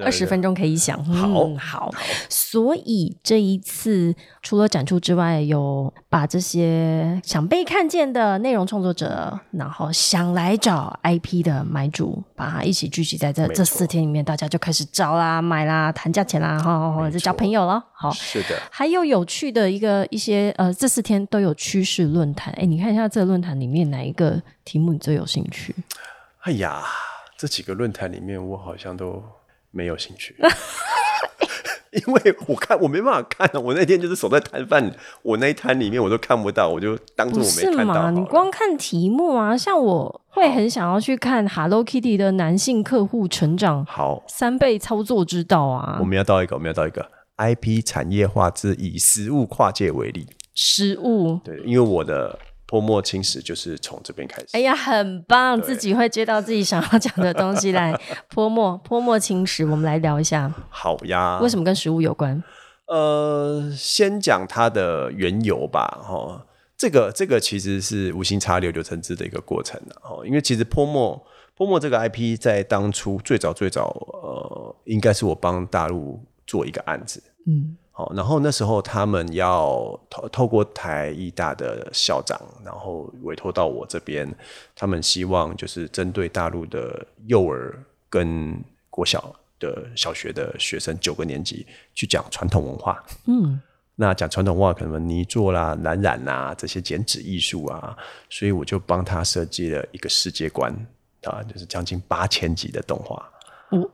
[SPEAKER 1] 二十分钟可以想。嗯
[SPEAKER 2] 好
[SPEAKER 1] 好，所以这一次除了展出之外，有把这些想被看见的内容创作者，然后想来找 IP 的买主，把它一起聚集在这这四天里面，大家就开始找啦、买啦、谈价钱啦，哈，或者交朋友了。好，
[SPEAKER 2] 是的，
[SPEAKER 1] 还有有趣的一个一些呃，这四天都有趋势论坛。哎，你看一下这个论坛里面哪一个题目你最有兴趣？
[SPEAKER 2] 哎呀，这几个论坛里面我好像都没有兴趣，因为我看我没办法看啊。我那天就是守在摊贩，我那一摊里面我都看不到，我就当做我没看到。
[SPEAKER 1] 你光看题目啊，像我会很想要去看 Hello Kitty 的男性客户成长
[SPEAKER 2] 好
[SPEAKER 1] 三倍操作之道啊。
[SPEAKER 2] 我们要到一个，我们要到一个。IP 产业化之以食物跨界为例，
[SPEAKER 1] 食物
[SPEAKER 2] 对，因为我的泼墨青史就是从这边开始。
[SPEAKER 1] 哎呀，很棒，自己会接到自己想要讲的东西 来泼墨。泼墨青史，我们来聊一下。
[SPEAKER 2] 好呀，
[SPEAKER 1] 为什么跟食物有关？
[SPEAKER 2] 呃，先讲它的缘由吧，哈、哦，这个这个其实是无心插柳柳橙汁的一个过程哦，因为其实泼墨。泼墨这个 IP 在当初最早最早，呃，应该是我帮大陆。做一个案子，嗯，好，然后那时候他们要透透过台艺大的校长，然后委托到我这边，他们希望就是针对大陆的幼儿跟国小的小学的学生九个年级去讲传统文化，嗯，那讲传统文化可能泥作啦、蓝染啦啊这些剪纸艺术啊，所以我就帮他设计了一个世界观啊，就是将近八千集的动画。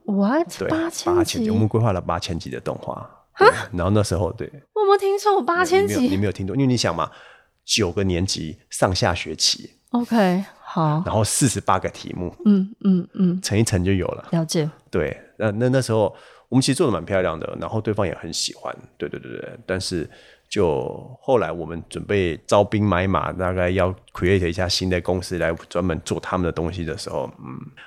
[SPEAKER 1] 我
[SPEAKER 2] 对
[SPEAKER 1] 八
[SPEAKER 2] 千
[SPEAKER 1] 集，
[SPEAKER 2] 我们规划了八千集的动画，然后那时候对，
[SPEAKER 1] 我没听错，八千集
[SPEAKER 2] 你，你没有听懂，因为你想嘛，九个年级上下学期
[SPEAKER 1] ，OK，好，
[SPEAKER 2] 然后四十八个题目，
[SPEAKER 1] 嗯嗯嗯，
[SPEAKER 2] 乘、嗯嗯、一乘就有了，
[SPEAKER 1] 了解，
[SPEAKER 2] 对，那那那时候我们其实做的蛮漂亮的，然后对方也很喜欢，对对对对，但是就后来我们准备招兵买马，大概要 create 一下新的公司来专门做他们的东西的时候，嗯。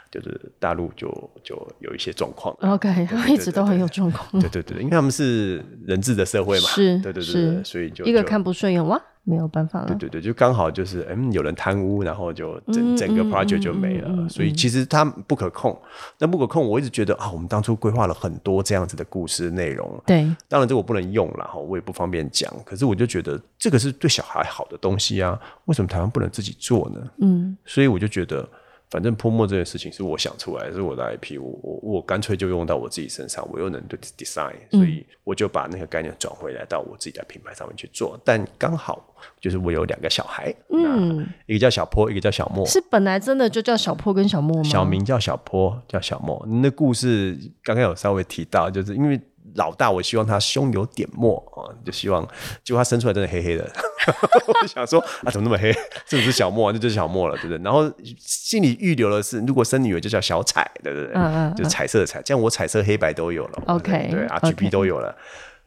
[SPEAKER 2] 就是大陆就就有一些状况
[SPEAKER 1] ，OK，他们一直都很有状况。
[SPEAKER 2] 对对对，因为他们是人治的社会嘛，
[SPEAKER 1] 嗯是，
[SPEAKER 2] 对对对，所以就
[SPEAKER 1] 一个看不顺眼哇，没有办法了。
[SPEAKER 2] 对对对，就刚好就是嗯，有人贪污，然后就整整个 project 就没了。所以其实他不可控，那不可控，我一直觉得啊，我们当初规划了很多这样子的故事内容，
[SPEAKER 1] 对，
[SPEAKER 2] 当然这我不能用了哈，我也不方便讲。可是我就觉得这个是对小孩好的东西啊，为什么台湾不能自己做呢？嗯，所以我就觉得。反正泼墨这件事情是我想出来，是我的 IP，我我我干脆就用到我自己身上，我又能对 design，所以我就把那个概念转回来到我自己的品牌上面去做。但刚好就是我有两个小孩，嗯，一个叫小坡，一个叫小莫，
[SPEAKER 1] 是本来真的就叫小坡跟小莫吗？
[SPEAKER 2] 小名叫小坡，叫小莫。那故事刚刚有稍微提到，就是因为老大，我希望他胸有点墨啊，就希望就他生出来真的黑黑的。 我想说啊，怎么那么黑？ 这不是小莫、啊，这就是小莫了，对不对？然后心里预留的是，如果生女儿就叫小彩，对不对？嗯嗯，就彩色的啊彩，这样我彩色黑白都有了
[SPEAKER 1] ，OK，
[SPEAKER 2] 对，RGB 都有了，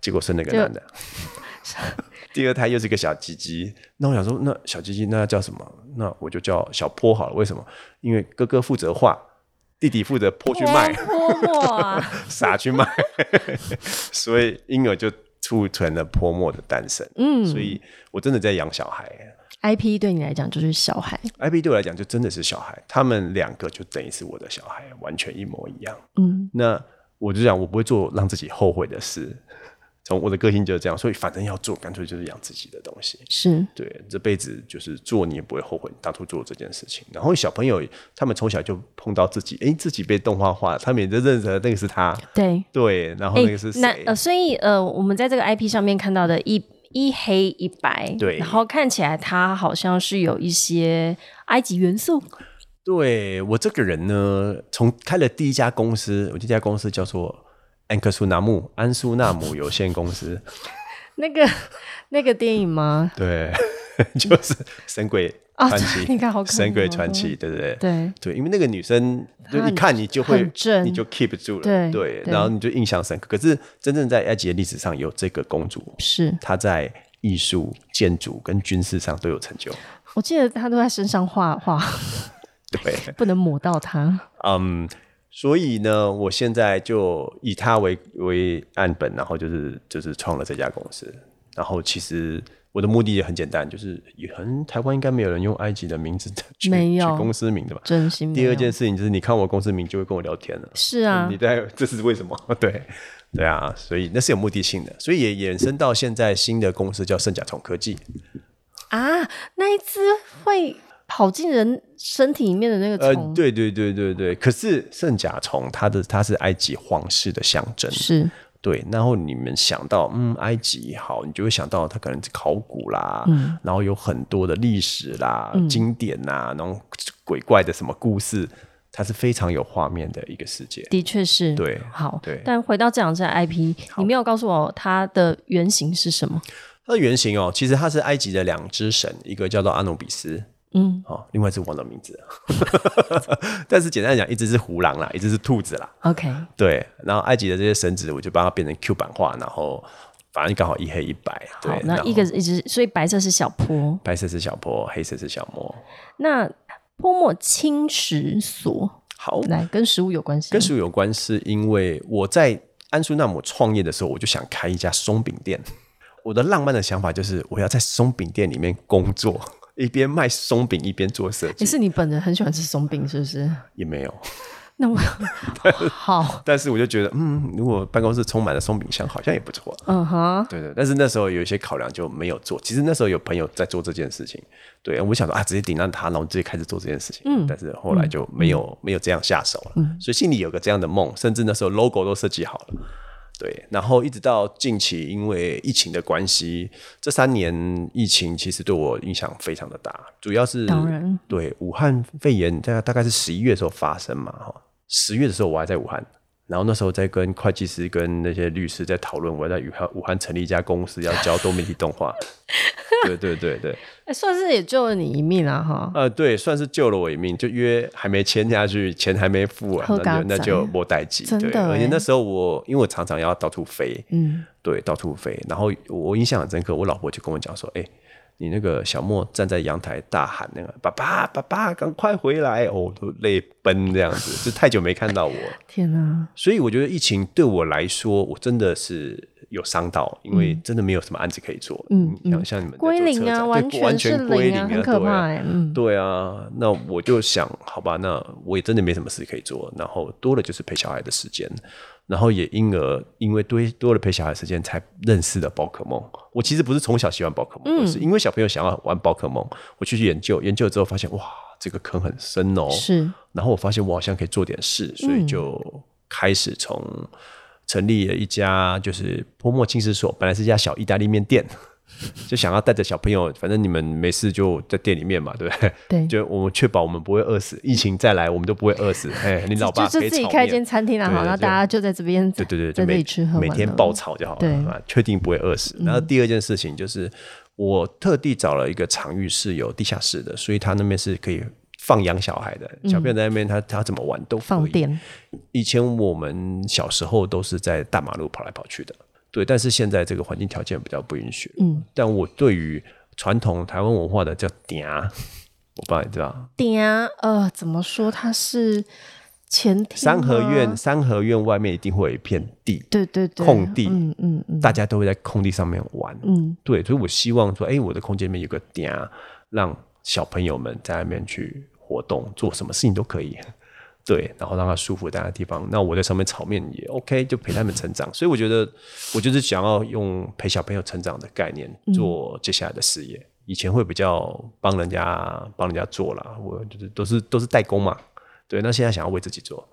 [SPEAKER 2] 结果生了个男的。第二胎又是个小鸡鸡，那我想说，那小鸡鸡那叫什么？那我就叫小坡好了。为什么？因为哥哥负责画，弟弟负责坡去卖，
[SPEAKER 1] 泼墨 啊，
[SPEAKER 2] 撒去卖， 所以婴儿就促成了泼墨的诞生。嗯，所以我真的在养小孩。
[SPEAKER 1] IP 对你来讲就是小孩
[SPEAKER 2] IP 对我来讲就真的是小孩，他们两个就等于是我的小孩，完全一模一样。嗯，那我就讲，我不会做让自己后悔的事。从我的个性就是这样，所以反正要做，干脆就是养自己的东西。
[SPEAKER 1] 是
[SPEAKER 2] 对，这辈子就是做，你也不会后悔你当初做这件事情。然后小朋友他们从小就碰到自己，哎，自己被动画化，他们也就认得那个是他，
[SPEAKER 1] 对
[SPEAKER 2] 对，然哦后那个是
[SPEAKER 1] 那
[SPEAKER 2] 谁？
[SPEAKER 1] 呃，所以呃，我们在这个 IP 上面看到的一一黑一白，
[SPEAKER 2] 对
[SPEAKER 1] 然后看起来它好像是有一些埃及元素，
[SPEAKER 2] 对我这个人呢，从开了第一家公司，我这家公司叫做安克苏纳姆安苏纳姆有限公司，
[SPEAKER 1] 那个那个电影吗？
[SPEAKER 2] 对， 就是《神鬼
[SPEAKER 1] 啊
[SPEAKER 2] 传
[SPEAKER 1] 对
[SPEAKER 2] 奇》
[SPEAKER 1] 那个好看
[SPEAKER 2] 神鬼
[SPEAKER 1] 哦
[SPEAKER 2] 传奇》，对不对？
[SPEAKER 1] 对
[SPEAKER 2] 对，因为那个女生
[SPEAKER 1] 她
[SPEAKER 2] 就一
[SPEAKER 1] 很
[SPEAKER 2] 看你就会
[SPEAKER 1] 很正
[SPEAKER 2] 你就 keep 住了，
[SPEAKER 1] 对对
[SPEAKER 2] 然后你就印象深刻。可是真正在埃及的历史上有这个公主，
[SPEAKER 1] 是
[SPEAKER 2] 她在艺术、建筑跟军事上都有成就。
[SPEAKER 1] 我记得他都在身上画画，
[SPEAKER 2] 对，
[SPEAKER 1] 不能抹到它。
[SPEAKER 2] 嗯，所以呢，我现在就以她为为案本，然后就是就是创了这家公司。然后其实我的目的也很简单，就是也很台湾应该没有人用埃及的名字 取
[SPEAKER 1] 没有
[SPEAKER 2] 取公司名的吧？
[SPEAKER 1] 真心没
[SPEAKER 2] 第
[SPEAKER 1] 有
[SPEAKER 2] 二件事情就是，你看我公司名就会跟我聊天了。嗯
[SPEAKER 1] 是啊
[SPEAKER 2] 你，在这是为什么？ 对，对啊，所以那是有目的性的，所以也衍生到现在新的公司叫圣甲虫科技。
[SPEAKER 1] 啊，那一只会跑进人身体里面的那个
[SPEAKER 2] 呃
[SPEAKER 1] 虫，，
[SPEAKER 2] 对对对对对，可是圣甲虫它的它是埃及皇室的象征，
[SPEAKER 1] 是
[SPEAKER 2] 对。然后你们想到嗯埃及好，你就会想到它可能是考古啦，
[SPEAKER 1] 嗯
[SPEAKER 2] 然后有很多的历史啦、经典啦，然后鬼怪的什么故事，它是非常有画面的一个世界。
[SPEAKER 1] 的确是，
[SPEAKER 2] 对
[SPEAKER 1] 好，
[SPEAKER 2] 对
[SPEAKER 1] 但回到这两只 IP，你没有告诉我它的原型是什么？
[SPEAKER 2] 它的原型哦，其实它是埃及的两只神，一个叫做阿努比斯，嗯，哦，另外一只我忘了名字了， 但是简单来讲，一只是胡狼啦，一只是兔子啦，
[SPEAKER 1] OK，
[SPEAKER 2] 对。然后埃及的这些神祇，我就把它变成 Q 版化，然后反正刚好一黑一白，对
[SPEAKER 1] 好，，那
[SPEAKER 2] 然后
[SPEAKER 1] 一个一直，所以白色是小坡，
[SPEAKER 2] 白色是小坡，黑色是小魔，
[SPEAKER 1] 那泼墨青石锁，
[SPEAKER 2] 好，
[SPEAKER 1] 来跟食物有关系，
[SPEAKER 2] 跟食物有关，是因为我在安苏纳姆创业的时候，我就想开一家松饼店。我的浪漫的想法就是，我要在松饼店里面工作，一边卖松饼，一边做设计
[SPEAKER 1] 也。是你本人很喜欢吃松饼，是不是？
[SPEAKER 2] 也没有，
[SPEAKER 1] 那 我好，
[SPEAKER 2] 但是我就觉得，嗯，如果办公室充满了松饼香，好像也不错。
[SPEAKER 1] 嗯哼，
[SPEAKER 2] 对对，但是那时候有一些考量就没有做。其实那时候有朋友在做这件事情，对我想说啊，直接顶让他，然后直接开始做这件事情。嗯，但是后来就没有、没有这样下手了。嗯，所以心里有个这样的梦，甚至那时候 logo 都设计好了。对，然后一直到近期，因为疫情的关系，这三年疫情其实对我影响非常的大，主要是
[SPEAKER 1] 当然
[SPEAKER 2] 对武汉肺炎大概大概是十一月的时候发生嘛，哈，十月的时候我还在武汉，然后那时候在跟会计师跟那些律师在讨论，我要在武汉武汉成立一家公司，要教多媒体动 画，对对对对，
[SPEAKER 1] 哎算是也救了你一命了哈。
[SPEAKER 2] 呃，对，算是救了我一命，就约还没签下去，钱还没付完，
[SPEAKER 1] 好
[SPEAKER 2] 那就
[SPEAKER 1] 嘎
[SPEAKER 2] 那
[SPEAKER 1] 仔
[SPEAKER 2] 就莫待机。
[SPEAKER 1] 真
[SPEAKER 2] 对，
[SPEAKER 1] 的
[SPEAKER 2] 而且
[SPEAKER 1] 欸
[SPEAKER 2] 那时候我因为我常常要到处飞，嗯，对，到处飞，然后我印象很深刻，我老婆就跟我讲说，哎、你那个小莫站在阳台大喊那个爸爸爸爸赶快回来哦，我都泪奔这样子，就太久没看到我，
[SPEAKER 1] 天哪，
[SPEAKER 2] 所以我觉得疫情对我来说，我真的是有伤到，因为真的没有什么案子可以做。嗯，像像你们在做
[SPEAKER 1] 归零
[SPEAKER 2] 车
[SPEAKER 1] 啊
[SPEAKER 2] 展对
[SPEAKER 1] 完
[SPEAKER 2] 不
[SPEAKER 1] 全
[SPEAKER 2] 完
[SPEAKER 1] 是
[SPEAKER 2] 全归
[SPEAKER 1] 零啊
[SPEAKER 2] 零
[SPEAKER 1] 很可
[SPEAKER 2] 对啊
[SPEAKER 1] 怕欸嗯
[SPEAKER 2] 对啊，那我就想，好吧，那我也真的没什么事可以做，然后多了就是陪小孩的时间，然后也因而因为多多了陪小孩的时间，才认识了宝可梦。我其实不是从小喜欢宝可
[SPEAKER 1] 嗯
[SPEAKER 2] 梦，我是因为小朋友想要玩宝可梦，我去研究，研究了之后发现，哇，这个坑很深哦。
[SPEAKER 1] 是
[SPEAKER 2] 然后我发现我好像可以做点事，所
[SPEAKER 1] 嗯
[SPEAKER 2] 以就开始从成立了一家就是泼墨青石所，本来是一家小意大利面店， 就想要带着小朋友，反正你们没事就在店里面嘛，对不对？
[SPEAKER 1] 对
[SPEAKER 2] 就我们确保我们不会饿死，疫情再来我们都不会饿死。哎，你老爸
[SPEAKER 1] 就
[SPEAKER 2] 可
[SPEAKER 1] 就
[SPEAKER 2] 以
[SPEAKER 1] 自己
[SPEAKER 2] 炒
[SPEAKER 1] 开一
[SPEAKER 2] 面
[SPEAKER 1] 间餐厅啊，好，
[SPEAKER 2] 对
[SPEAKER 1] 然后
[SPEAKER 2] 就
[SPEAKER 1] 大家就在这边，
[SPEAKER 2] 对对对，
[SPEAKER 1] 在这
[SPEAKER 2] 就
[SPEAKER 1] 里
[SPEAKER 2] 每
[SPEAKER 1] 吃喝玩
[SPEAKER 2] 每
[SPEAKER 1] 乐，
[SPEAKER 2] 天爆炒就好了，
[SPEAKER 1] 对嗯
[SPEAKER 2] 啊确定不会饿死。然后第二件事情就是，我特地找了一个场域是有地下室的，所以他那边是可以放养小孩的，小朋友在那边他他怎么玩都可以
[SPEAKER 1] 嗯放电。
[SPEAKER 2] 以前我们小时候都是在大马路跑来跑去的。对，但是现在这个环境条件比较不允许。
[SPEAKER 1] 嗯，
[SPEAKER 2] 但我对于传统台湾文化的叫“嗲”，我不知道你知道“
[SPEAKER 1] 顶啊，呃，怎么说？它是前厅吗
[SPEAKER 2] 三合院，三合院外面一定会有一片地，
[SPEAKER 1] 对对对，
[SPEAKER 2] 空地
[SPEAKER 1] 嗯嗯嗯，
[SPEAKER 2] 大家都会在空地上面玩。
[SPEAKER 1] 嗯
[SPEAKER 2] 对，所以我希望说，哎、我的空间里面有个“嗲”，让小朋友们在那边去活动，做什么事情都可以。 对，然后让他舒服在那地方。那我在上面炒面也 OK，就陪他们 成长。所以我觉得，我就是想要用陪小朋友成长的概念
[SPEAKER 1] 嗯
[SPEAKER 2] 做接下来的事业。以前会比较帮人家帮人家做啦，我就是都是都是代工嘛。对，那现在想要为自己做，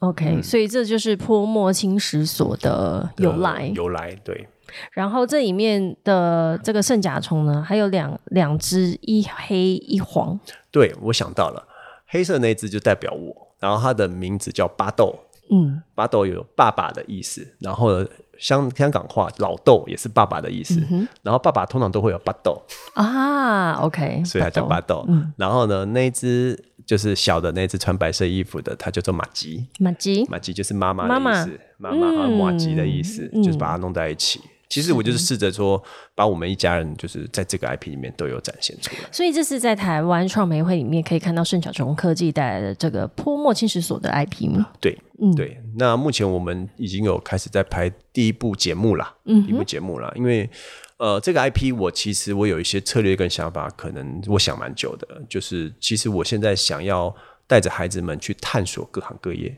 [SPEAKER 1] ，OK，、所
[SPEAKER 2] 嗯
[SPEAKER 1] 以这就是泼墨青石所的由来。
[SPEAKER 2] 由来，对，
[SPEAKER 1] 然后这里面的这个圣甲虫呢，还有两两只，一黑一黄。
[SPEAKER 2] 对我想到了，黑色那一只就代表我，然后它的名字叫巴豆，
[SPEAKER 1] 嗯，
[SPEAKER 2] 巴豆有爸爸的意思，然后香香港话老豆也是爸爸的意思，然后爸爸通常都会有巴豆，
[SPEAKER 1] 啊，OK，
[SPEAKER 2] 所以它叫
[SPEAKER 1] 巴
[SPEAKER 2] 巴
[SPEAKER 1] 豆
[SPEAKER 2] 豆。嗯然后呢，那一只就是小的那只穿白色衣服的，它叫做马吉，
[SPEAKER 1] 马吉，
[SPEAKER 2] 马吉就是妈妈
[SPEAKER 1] 妈
[SPEAKER 2] 的
[SPEAKER 1] 妈
[SPEAKER 2] 意思，妈嗯妈和马吉的意思，就是把它弄在一起。其实我就是试着说，把我们一家人就是在这个 IP 里面都有展现出来。
[SPEAKER 1] 所以这是在台湾创媒会里面可以看到圣甲虫科技带来的这个泼墨青石所的 IP 吗？
[SPEAKER 2] 对，对。那目前我们已经有开始在拍第一部节目啦，第一部节目啦，因为。呃，这个 IP 我其实我有一些策略跟想法，可能我想蛮久的。就是其实我现在想要带着孩子们去探索各行各业，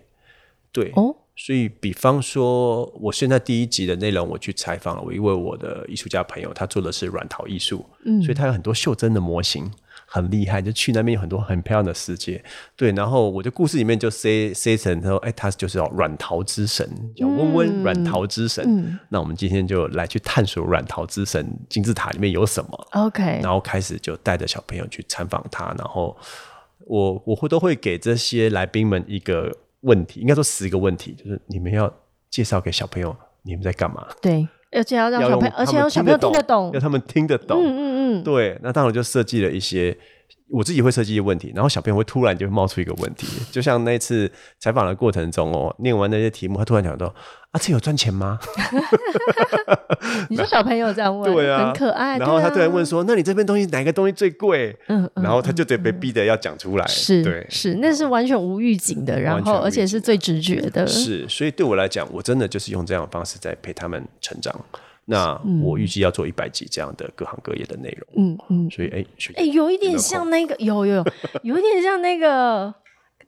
[SPEAKER 2] 对，
[SPEAKER 1] 哦，
[SPEAKER 2] 所以，比方说，我现在第一集的内容，我去采访了我一位我的艺术家朋友，他做的是软陶艺术，嗯，所以他有很多袖珍的模型，很厉害，就去那边有很多很漂亮的世界，对。然后我的故事里面就 say say 成说，哎，他就是叫软陶之神，叫温温软陶之神。那我们今天就来去探索软陶之神金字塔里面有什么。
[SPEAKER 1] OK，
[SPEAKER 2] 然后开始就带着小朋友去参访他，然后我我会都会给这些来宾们一个问题，应该说十个问题，就是你们要介绍给小朋友你们在干嘛，
[SPEAKER 1] 对，而且要让
[SPEAKER 2] 要
[SPEAKER 1] 小
[SPEAKER 2] 用
[SPEAKER 1] 朋友，而且要小
[SPEAKER 2] 他
[SPEAKER 1] 朋友
[SPEAKER 2] 们
[SPEAKER 1] 听得懂
[SPEAKER 2] 要，他们听得懂，
[SPEAKER 1] 嗯嗯嗯，
[SPEAKER 2] 对，那当然我就设计了一些我自己会设计一些问题，然后小朋友会突然就冒出一个问题，就像那次采访的过程中哦，念完那些题目，他突然讲到啊，这有赚钱吗？
[SPEAKER 1] 你说小朋友这样问，
[SPEAKER 2] 对啊，
[SPEAKER 1] 很可爱。
[SPEAKER 2] 然后
[SPEAKER 1] 对
[SPEAKER 2] 他
[SPEAKER 1] 啊
[SPEAKER 2] 突然问说：“那你这边东西哪个东西最贵？”
[SPEAKER 1] 嗯嗯
[SPEAKER 2] 然后他就得被逼的要讲出来，
[SPEAKER 1] 是
[SPEAKER 2] 对。
[SPEAKER 1] 是，那是完全无预警的，然
[SPEAKER 2] 完
[SPEAKER 1] 后
[SPEAKER 2] 全无
[SPEAKER 1] 而且
[SPEAKER 2] 预
[SPEAKER 1] 是最直觉的，
[SPEAKER 2] 是，所以对我来讲，我真的就是用这样的方式在陪他们成长。那我预计要做一百集这样的各行各业的内容，
[SPEAKER 1] 嗯嗯，
[SPEAKER 2] 所以哎，学
[SPEAKER 1] 哎，有一点像那个，有 有有，有一点像那个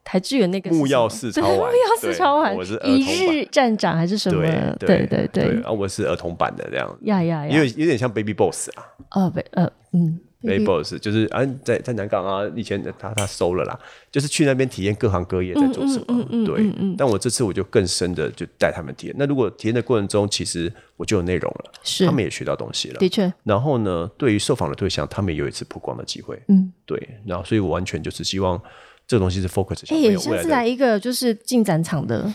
[SPEAKER 1] 台志远那个
[SPEAKER 2] 木曜
[SPEAKER 1] 四
[SPEAKER 2] 四超 玩
[SPEAKER 1] 木曜四
[SPEAKER 2] 对
[SPEAKER 1] 超玩，
[SPEAKER 2] 我是儿
[SPEAKER 1] 一
[SPEAKER 2] 童版
[SPEAKER 1] 日站长还是什么？对
[SPEAKER 2] 对
[SPEAKER 1] 对对，
[SPEAKER 2] 啊，我是儿童版的这样，
[SPEAKER 1] 呀呀
[SPEAKER 2] 有
[SPEAKER 1] 呀，
[SPEAKER 2] 有点像 Baby Boss 啊
[SPEAKER 1] 呃不呃嗯
[SPEAKER 2] ，Baby Boss 就是啊，在在南港啊，以前他他收了啦，就是去那边体验各行各业在做什
[SPEAKER 1] 嗯
[SPEAKER 2] 么，对。但我这次我就更深的就带他们体验。那如果体验的过程中，其实我就有内容了，
[SPEAKER 1] 是
[SPEAKER 2] 他们也学到东西了，
[SPEAKER 1] 的确，
[SPEAKER 2] 然后呢，对于受访的对象，他们也有一次曝光的机会。
[SPEAKER 1] 嗯，
[SPEAKER 2] 对。然后，所以我完全就是希望这东西是 focus 小
[SPEAKER 1] 哎，
[SPEAKER 2] 朋
[SPEAKER 1] 也
[SPEAKER 2] 友
[SPEAKER 1] 像
[SPEAKER 2] 未来
[SPEAKER 1] 是
[SPEAKER 2] 的。
[SPEAKER 1] 来一个就是进展场的，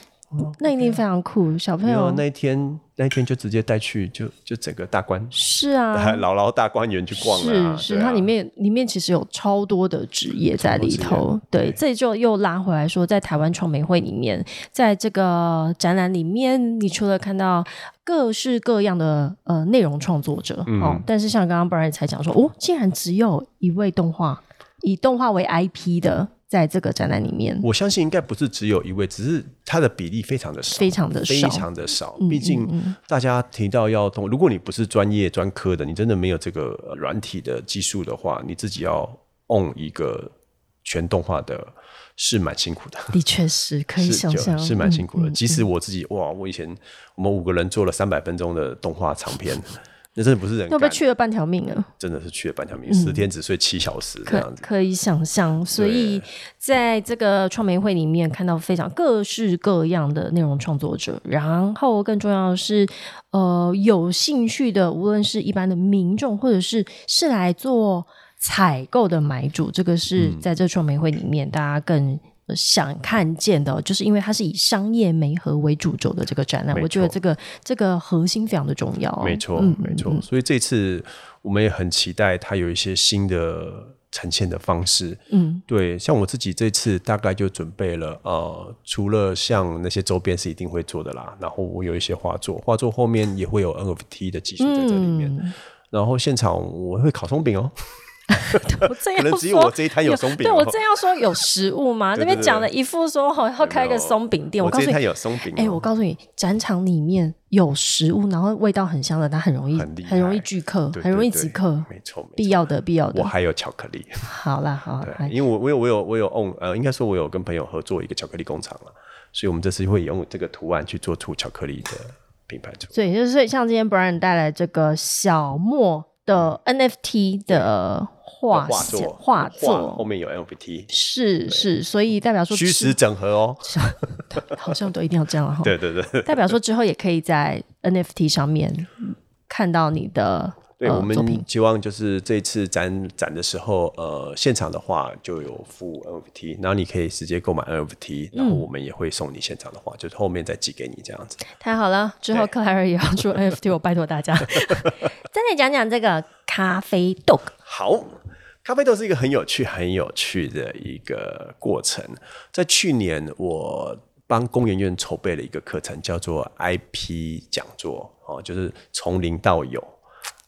[SPEAKER 1] 那一定非常酷，小朋
[SPEAKER 2] 没有
[SPEAKER 1] 友
[SPEAKER 2] 啊那一天，那一天就直接带去，就就整个大观，
[SPEAKER 1] 是 啊，
[SPEAKER 2] 姥姥大观园去逛了、啊。
[SPEAKER 1] 是是，
[SPEAKER 2] 对啊
[SPEAKER 1] 它里面里面其实有超多的职业在里头。对，这就又拉回来说，在台湾创美会里面，在这个展览里面，你除了看到各式各样的呃内容创作者、
[SPEAKER 2] 嗯
[SPEAKER 1] 哦，但是像刚刚 Brian 才讲说，哦，竟然只有一位动画以动画为 IP 的，在这个展览里面
[SPEAKER 2] 我相信应该不是只有一位，只是它的比例非常的少。
[SPEAKER 1] 非常的
[SPEAKER 2] 非
[SPEAKER 1] 少。嗯
[SPEAKER 2] 常的少，毕竟大家提到要动，如果你不是专业专科的，你真的没有这个呃软体的技术的话，你自己要 on 一个全动画的，是蛮辛苦的。
[SPEAKER 1] 的确是可以
[SPEAKER 2] 是
[SPEAKER 1] 想
[SPEAKER 2] 就
[SPEAKER 1] 象，
[SPEAKER 2] 是蛮
[SPEAKER 1] 嗯
[SPEAKER 2] 辛苦的。即使我自己哇，我以前我们五个人做了三百分钟的动画长片，那真的不是人
[SPEAKER 1] 要
[SPEAKER 2] 干
[SPEAKER 1] 被
[SPEAKER 2] 的，
[SPEAKER 1] 去了半条命啊！
[SPEAKER 2] 真的是去了半条
[SPEAKER 1] 嗯
[SPEAKER 2] 命，十天只睡七小时这
[SPEAKER 1] 可
[SPEAKER 2] 样子。
[SPEAKER 1] 可以想象，所以在这个创媒会里面看到非常各式各样的内容创作者，然后更重要的是，呃，有兴趣的，无论是一般的民众，或者是是来做采购的买主，这个是
[SPEAKER 2] 嗯
[SPEAKER 1] 在这创媒会里面大家更。呃想看见的，就是因为它是以商业媒合为主轴的这个展览，
[SPEAKER 2] 没
[SPEAKER 1] 我觉得
[SPEAKER 2] 错
[SPEAKER 1] 这个这个核心非常的重要哦。
[SPEAKER 2] 没错，
[SPEAKER 1] 嗯
[SPEAKER 2] 没错。所以这次我们也很期待它有一些新的呈现的方式。嗯，对，像我自己这次大概就准备了，呃，除了像那些周边是一定会做的啦，然后我有一些画作，画作后面也会有 NFT 的技术在这里面。嗯、然后现场我会烤松饼哦。
[SPEAKER 1] 我正要
[SPEAKER 2] 可能只有我这一摊有松饼、
[SPEAKER 1] 哦。对我正要说有食物嘛，
[SPEAKER 2] 对对对
[SPEAKER 1] 那边讲的一副说好要开个松饼店。
[SPEAKER 2] 我
[SPEAKER 1] 告诉
[SPEAKER 2] 这一摊
[SPEAKER 1] 你，
[SPEAKER 2] 有松饼、哦。
[SPEAKER 1] 哎、我告诉你，展场里面有食物，然后味道很香的，它很容易
[SPEAKER 2] 很厉害
[SPEAKER 1] 容易聚客，
[SPEAKER 2] 对对
[SPEAKER 1] 很容易
[SPEAKER 2] 对
[SPEAKER 1] 集客，
[SPEAKER 2] 没错没错
[SPEAKER 1] 必要的必要的
[SPEAKER 2] 我。还有巧克力，
[SPEAKER 1] 好啦好啦，
[SPEAKER 2] 对，因为我我有我有我有 own 呃，应该说我有跟朋友合作一个巧克力工厂了，所以我们这次会用这个图案去做出巧克力的品牌出。
[SPEAKER 1] 所以就是所以像今天 Brian 带来这个小莫的 NFT 的画
[SPEAKER 2] 嗯画作
[SPEAKER 1] 画
[SPEAKER 2] 后
[SPEAKER 1] 作
[SPEAKER 2] 面有 NFT
[SPEAKER 1] 是是，所以代表说
[SPEAKER 2] 虚
[SPEAKER 1] 之
[SPEAKER 2] 实整合哦，
[SPEAKER 1] 好像都一定要这样了 哈。
[SPEAKER 2] 对对对。
[SPEAKER 1] 代表说之后也可以在 NFT 上面看到你的
[SPEAKER 2] 对，
[SPEAKER 1] 呃
[SPEAKER 2] 我
[SPEAKER 1] 作品
[SPEAKER 2] 们希望就是这次展展的时候，呃，现场的话就有附 NFT，然后你可以直接购买 NFT，然后
[SPEAKER 1] 嗯
[SPEAKER 2] 我们也会送你现场的话，就是后面再寄给你这样子。
[SPEAKER 1] 太好了。之后
[SPEAKER 2] 对
[SPEAKER 1] 克莱尔也要出 NFT，我拜托大家。 再来讲讲这个咖啡豆，
[SPEAKER 2] 好，咖啡豆是一个很有趣、很有趣的一个过程。在去年，我帮工研院筹备了一个课程，叫做 IP 讲座，哦，就是从零到有，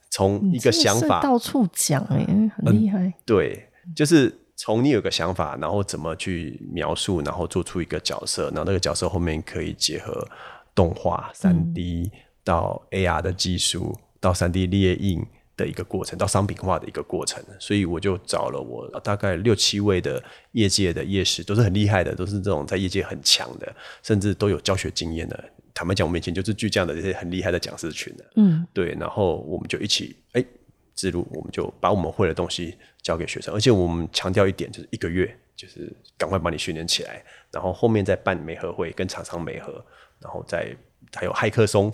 [SPEAKER 2] 从一个想
[SPEAKER 1] 真的
[SPEAKER 2] 法嗯
[SPEAKER 1] 是到处讲哎、很厉害。
[SPEAKER 2] 对，就是从你有个想法，然后怎么去描述，然后做出一个角色，然后那个角色后面可以结合动画、三 D 到 AR 的技术，到三 D 列印的一个过程，到商品化的一个过程。所以我就找了我大概六七位的业界的业师，都是很厉害的，都是这种在业界很强的，甚至都有教学经验的。坦白讲，我们以前就是聚这样的这些很厉害的讲师群的、嗯，对，然后我们就一起，哎、之路，我们就把我们会的东西教给学生，而且我们强调一点，就是一个月，就是赶快把你训练起来，然后后面再办媒合会，跟厂商媒合，然后再还有骇客松，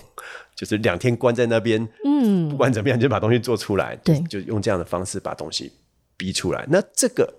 [SPEAKER 2] 就是两天关在那边，嗯，不管怎么样，你就把东西做出来，
[SPEAKER 1] 对
[SPEAKER 2] 就用这样的方式把东西逼出来。那这个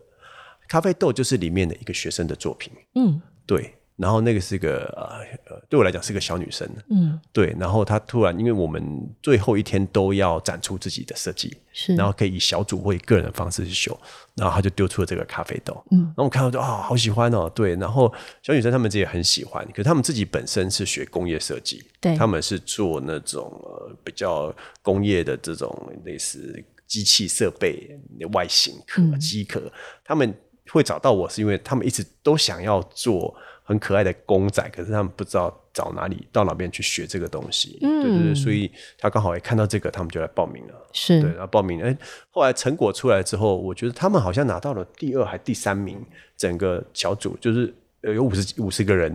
[SPEAKER 2] 咖啡豆就是里面的一个学生的作品，
[SPEAKER 1] 嗯，
[SPEAKER 2] 对。然后那个是个呃呃，对我来讲是个小女生，嗯，对。然后她突然，因为我们最后一天都要展出自己的设计，
[SPEAKER 1] 是
[SPEAKER 2] 然后可以以小组或以个人的方式去修，然后她就丢出了这个咖啡豆，嗯，然后我看到就啊、好喜欢哦，对。然后小女生她们自己也很喜欢，可是她们自己本身是学工业设计，
[SPEAKER 1] 对
[SPEAKER 2] 她们是做那种呃比较工业的这种类似机器设备外形壳、
[SPEAKER 1] 嗯
[SPEAKER 2] 机壳，他们会找到我是因为他们一直都想要做很可爱的公仔，可是他们不知道找哪里到哪边去学这个东西，对
[SPEAKER 1] 嗯
[SPEAKER 2] 对对，所以他刚好也看到这个，他们就来报名了。对，
[SPEAKER 1] 是
[SPEAKER 2] 然后报名，哎，后来成果出来之后，我觉得他们好像拿到了第二还第三名，整个小组就是呃有五十五十个人，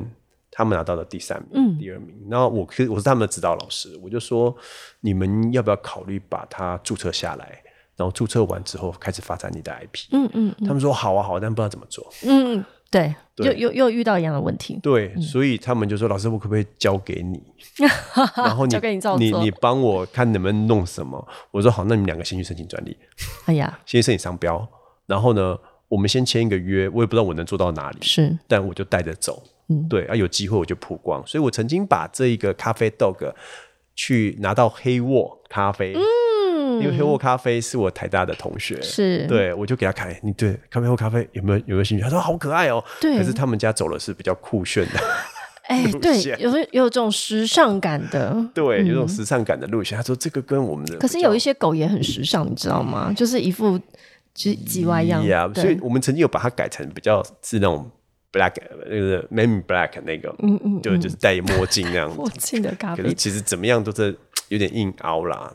[SPEAKER 2] 他们拿到了第三名，
[SPEAKER 1] 嗯
[SPEAKER 2] 第二名。然后我是我是他们的指导老师，我就说你们要不要考虑把它注册下来，然后注册完之后开始发展你的 IP。嗯嗯，他们说好啊好啊，但不知道怎么做。
[SPEAKER 1] 嗯，对，
[SPEAKER 2] 对
[SPEAKER 1] 又又又遇到一样的问题。
[SPEAKER 2] 对，所以他们就说：“老师，我可不可以交 给你？然后你
[SPEAKER 1] 交给你照
[SPEAKER 2] 你
[SPEAKER 1] 做
[SPEAKER 2] 你帮我看能不能弄什么？”我说：“好，那你们两个先去申请专利。”
[SPEAKER 1] 哎呀，
[SPEAKER 2] 先申请商标，然后呢，我们先签一个约，我也不知道我能做到哪里，
[SPEAKER 1] 是
[SPEAKER 2] 但我就带着走，嗯，对啊，有机会我就曝光，所以我曾经把这一个咖啡豆 o 去拿到黑沃咖啡，嗯，因为黑沃咖啡是我台大的同学，
[SPEAKER 1] 是，
[SPEAKER 2] 对，我就给他看，哎你对咖啡或咖啡有没有有没有兴趣？他说好可爱哦，
[SPEAKER 1] 对
[SPEAKER 2] 可是他们家走的是比较酷炫的。
[SPEAKER 1] 哎，对，有时候有这种时尚感的。
[SPEAKER 2] 对，有种时尚感的路线。他说这个跟我们的
[SPEAKER 1] 嗯可是有一些狗也很时尚，你知道吗？就是一副就是叽歪样。
[SPEAKER 2] 呀，
[SPEAKER 1] 对
[SPEAKER 2] 所以我们曾经有把它改成比较是那种 black 呃那个 man in black 那个，嗯嗯，就就是戴墨镜那样 子。
[SPEAKER 1] 墨镜的咖
[SPEAKER 2] 可
[SPEAKER 1] 啡
[SPEAKER 2] 是其实怎么样都是有点硬凹啦，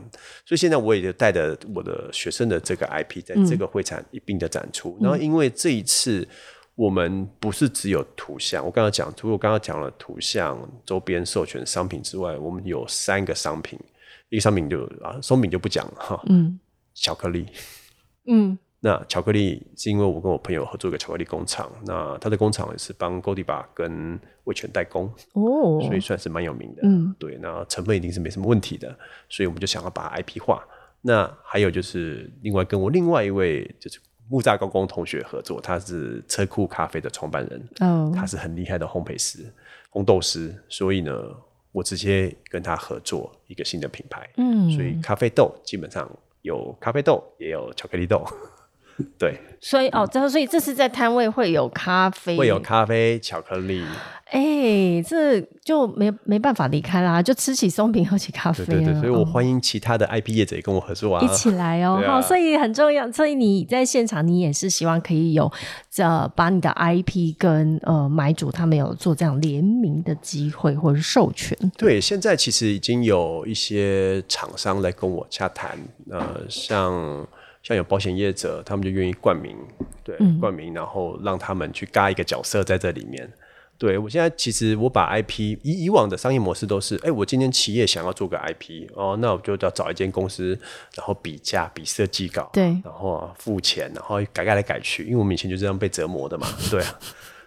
[SPEAKER 2] 所以现在我也就带着我的学生的这个 IP 在这个会场一并的展出。然后因为这一次我们不是只有图像，我刚刚讲，除了我刚刚讲了图像周边授权商品之外，我们有三个商品，一个商品就啊松饼就不讲了哈，嗯，巧克力，
[SPEAKER 1] 嗯，
[SPEAKER 2] 那巧克力是因为我跟我朋友合作一个巧克力工厂，那他的工厂也是帮 Godiva 跟味全代工，
[SPEAKER 1] 哦，
[SPEAKER 2] 所以算是蛮有名的。嗯，对，那成本一定是没什么问题的，所以我们就想要把它 IP 化。那还有就是，另外跟我另外一位就是木栅高工同学合作，他是车库咖啡的创办人，
[SPEAKER 1] 哦
[SPEAKER 2] 他是很厉害的烘焙师、烘豆师，所以呢，我直接跟他合作一个新的品牌。嗯，所以咖啡豆基本上有咖啡豆，也有巧克力豆。 对，
[SPEAKER 1] 所以哦，这所以这是在摊位会有咖啡，
[SPEAKER 2] 会有咖啡、巧克力，
[SPEAKER 1] 哎、这就没没办法离开啦，就吃起松饼，喝起咖啡
[SPEAKER 2] 对
[SPEAKER 1] 啊。
[SPEAKER 2] 对对，所以我
[SPEAKER 1] 哦
[SPEAKER 2] 欢迎其他的 IP 业者也跟我合作啊
[SPEAKER 3] 一。起来 哦，
[SPEAKER 2] 对啊
[SPEAKER 3] 好，所以很重要。所以你在现场，你也是希望可以有呃，把你的 IP 跟呃买主他们有做这样联名的机会或者授权。
[SPEAKER 2] 对，现在其实已经有一些厂商来跟我洽谈，呃，像像有保险业者，他们就愿意冠名，对，冠名，然后让他们去嘎一个角色在这里面。对我现在其实我把 IP 以以往的商业模式都是，哎，我今天企业想要做个 IP 哦，那我就要找一间公司，然后比价、比设计稿，
[SPEAKER 1] 对
[SPEAKER 2] 然后啊付钱，然后改改来改去，因为我们以前就这样被折磨的嘛， 对啊，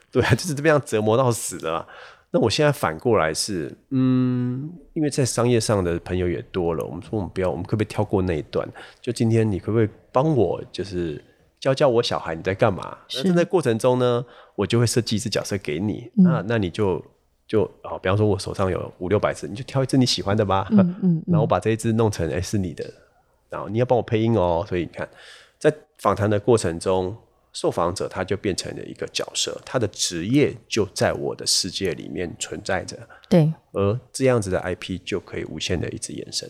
[SPEAKER 2] 对啊，就是这样折磨到死的嘛。那我现在反过来是，嗯，因为在商业上的朋友也多了，我们说我们不要，我们可不可以跳过那一段？就今天你可不可以帮我，就是教教我小孩你在干嘛？那在那过程中呢，我就会设计一只角色给你，那那你就就啊、比方说我手上有五六百只，你就挑一只你喜欢的吧，嗯 然后我把这一只弄成哎、是你的，然后你要帮我配音哦，所以你看，在访谈的过程中，受访者他就变成了一个角色，他的职业就在我的世界里面存在着，
[SPEAKER 1] 对，
[SPEAKER 2] 而这样子的 IP 就可以无限的一直延伸。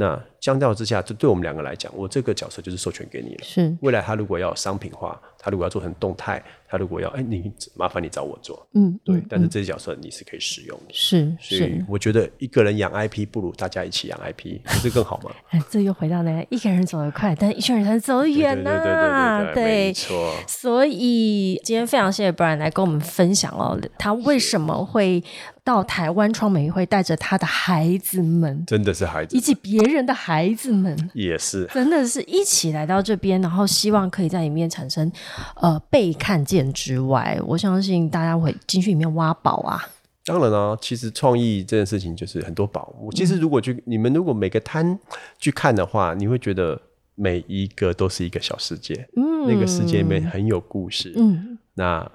[SPEAKER 2] 那相较之下，这对我们两个来讲，我这个角色就是授权给你了。
[SPEAKER 1] 是
[SPEAKER 2] 未来他如果要商品化，他如果要做成动态，他如果要哎、你麻烦你找我做，
[SPEAKER 1] 嗯，
[SPEAKER 2] 对。但是这些角色你是可以使用的，
[SPEAKER 1] 是
[SPEAKER 2] 所以
[SPEAKER 1] 是，
[SPEAKER 2] 我觉得一个人养 IP 不如大家一起养 IP，不是更好吗？
[SPEAKER 1] 哎，这又回到那一个人走得快，但一群人走得远呐、
[SPEAKER 2] 对对对对对对，没错。
[SPEAKER 1] 所以今天非常谢谢 Brian 来跟我们分享哦，他为什么会到台湾创美会，带着他的孩子们，
[SPEAKER 2] 真的是孩子
[SPEAKER 1] 以及别人的孩子们，
[SPEAKER 2] 也是，
[SPEAKER 1] 真的是一起来到这边，然后希望可以在里面产生呃被看见之外，我相信大家会进去里面挖宝啊。
[SPEAKER 2] 当然啊，其实创意这件事情就是很多宝物。其实如果去、你们如果每个摊去看的话，你会觉得每一个都是一个小世界，嗯，那个世界里面很有故事，嗯，那。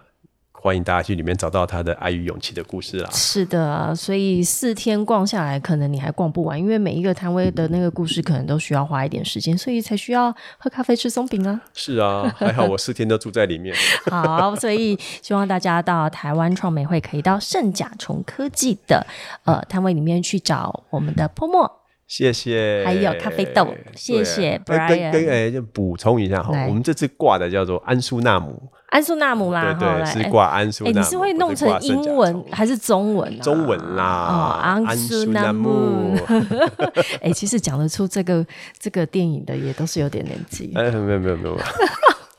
[SPEAKER 2] 欢迎大家去里面找到他的爱与勇气的故事啦。
[SPEAKER 1] 是的，所以四天逛下来，可能你还逛不完，因为每一个摊位的那个故事可能都需要花一点时间，所以才需要喝咖啡吃松饼啊。
[SPEAKER 2] 是啊，还好我四天都住在里 面。
[SPEAKER 1] 好，所以希望大家到台湾创美会，可以到圣甲虫科技的呃
[SPEAKER 2] 嗯
[SPEAKER 1] 摊位里面去找我们的泼墨。
[SPEAKER 2] 谢谢，
[SPEAKER 1] 还有咖啡豆
[SPEAKER 2] 对
[SPEAKER 1] 谢谢
[SPEAKER 2] 哎跟
[SPEAKER 1] Brian
[SPEAKER 2] 跟哎，就补充一下哈
[SPEAKER 1] 来，
[SPEAKER 2] 我们这次挂的叫做安苏纳姆，
[SPEAKER 1] 安素纳姆啦，
[SPEAKER 2] 对
[SPEAKER 1] 哈
[SPEAKER 2] 对，
[SPEAKER 1] 来
[SPEAKER 2] 是挂安苏
[SPEAKER 1] 哎，
[SPEAKER 2] 纳姆。
[SPEAKER 1] 你是会弄成
[SPEAKER 2] 不是挂圣
[SPEAKER 1] 英
[SPEAKER 2] 甲
[SPEAKER 1] 文
[SPEAKER 2] 虫
[SPEAKER 1] 还是中文、啊？
[SPEAKER 2] 中文啦，
[SPEAKER 1] 哦，安苏纳姆。
[SPEAKER 2] 安苏纳
[SPEAKER 1] 哎、其实讲得出这个这个电影的，也都是有点年纪。
[SPEAKER 2] 哎，没有没有没有，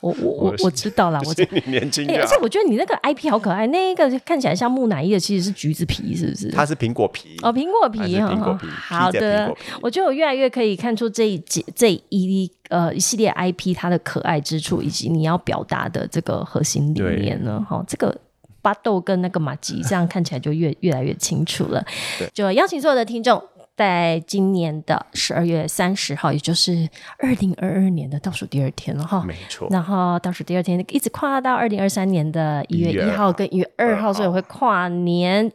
[SPEAKER 1] 我我我
[SPEAKER 2] 我是
[SPEAKER 1] 我知道啦，我
[SPEAKER 2] 我
[SPEAKER 1] 知
[SPEAKER 2] 是。你 年轻
[SPEAKER 1] 哎、
[SPEAKER 2] 啊
[SPEAKER 1] 而且。我觉得你那个 IP 好可爱，那一个看起来像木乃伊的，其实是橘子皮，是不是？
[SPEAKER 2] 它是苹果皮
[SPEAKER 1] 哦，苹果
[SPEAKER 2] 还
[SPEAKER 1] 皮
[SPEAKER 2] 是
[SPEAKER 1] 哈，
[SPEAKER 2] 苹果皮
[SPEAKER 1] 好
[SPEAKER 2] 披着苹
[SPEAKER 1] 的
[SPEAKER 2] 果皮，
[SPEAKER 1] 我觉得我越来越可以看出这一节这一呃一系列 IP 它的可爱之处，以及你要表达的这个核心理
[SPEAKER 2] 对
[SPEAKER 1] 念呢。哈，这个。巴豆跟那个马吉，这样看起来就 越越来越清楚了。就邀请所有的听众，在今年的十二月三十号，也就是二零二二年的倒数第二天了哈，
[SPEAKER 2] 没错。
[SPEAKER 1] 然后倒数第二天一直跨到二零二三年的一月
[SPEAKER 2] 一月
[SPEAKER 1] 一号跟一月二
[SPEAKER 2] 二
[SPEAKER 1] 号，
[SPEAKER 2] 号
[SPEAKER 1] 所以我会跨年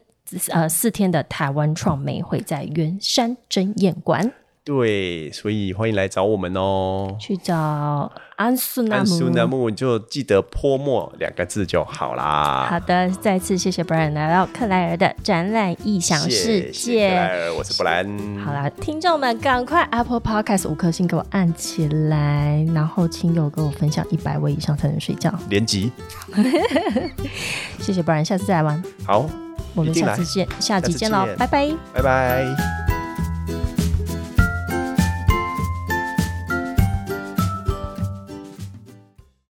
[SPEAKER 1] 呃四天的台湾创美会在圆山珍宴馆
[SPEAKER 2] 对，所以欢迎来找我们哦。
[SPEAKER 1] 去找安素纳
[SPEAKER 2] 安苏纳
[SPEAKER 1] 姆。
[SPEAKER 2] 木你就记得泼墨两个字就好
[SPEAKER 1] 好
[SPEAKER 2] 啦。
[SPEAKER 1] 的，再次谢谢 Brian 来到克莱尔的展览异想世界。
[SPEAKER 2] 谢谢克莱尔，我是布莱恩。
[SPEAKER 1] 好啦，听众们，赶快 Apple Podcast 五颗星给我按起来，然后亲友给我分享一百位以上才能睡觉。
[SPEAKER 2] 连集
[SPEAKER 1] 谢谢 Brian，下次再来玩，
[SPEAKER 2] 好，
[SPEAKER 1] 我们
[SPEAKER 2] 一定
[SPEAKER 1] 下
[SPEAKER 2] 来
[SPEAKER 1] 次见，下集
[SPEAKER 2] 下次
[SPEAKER 1] 见喽，
[SPEAKER 2] 见
[SPEAKER 1] 拜拜。
[SPEAKER 2] 拜拜。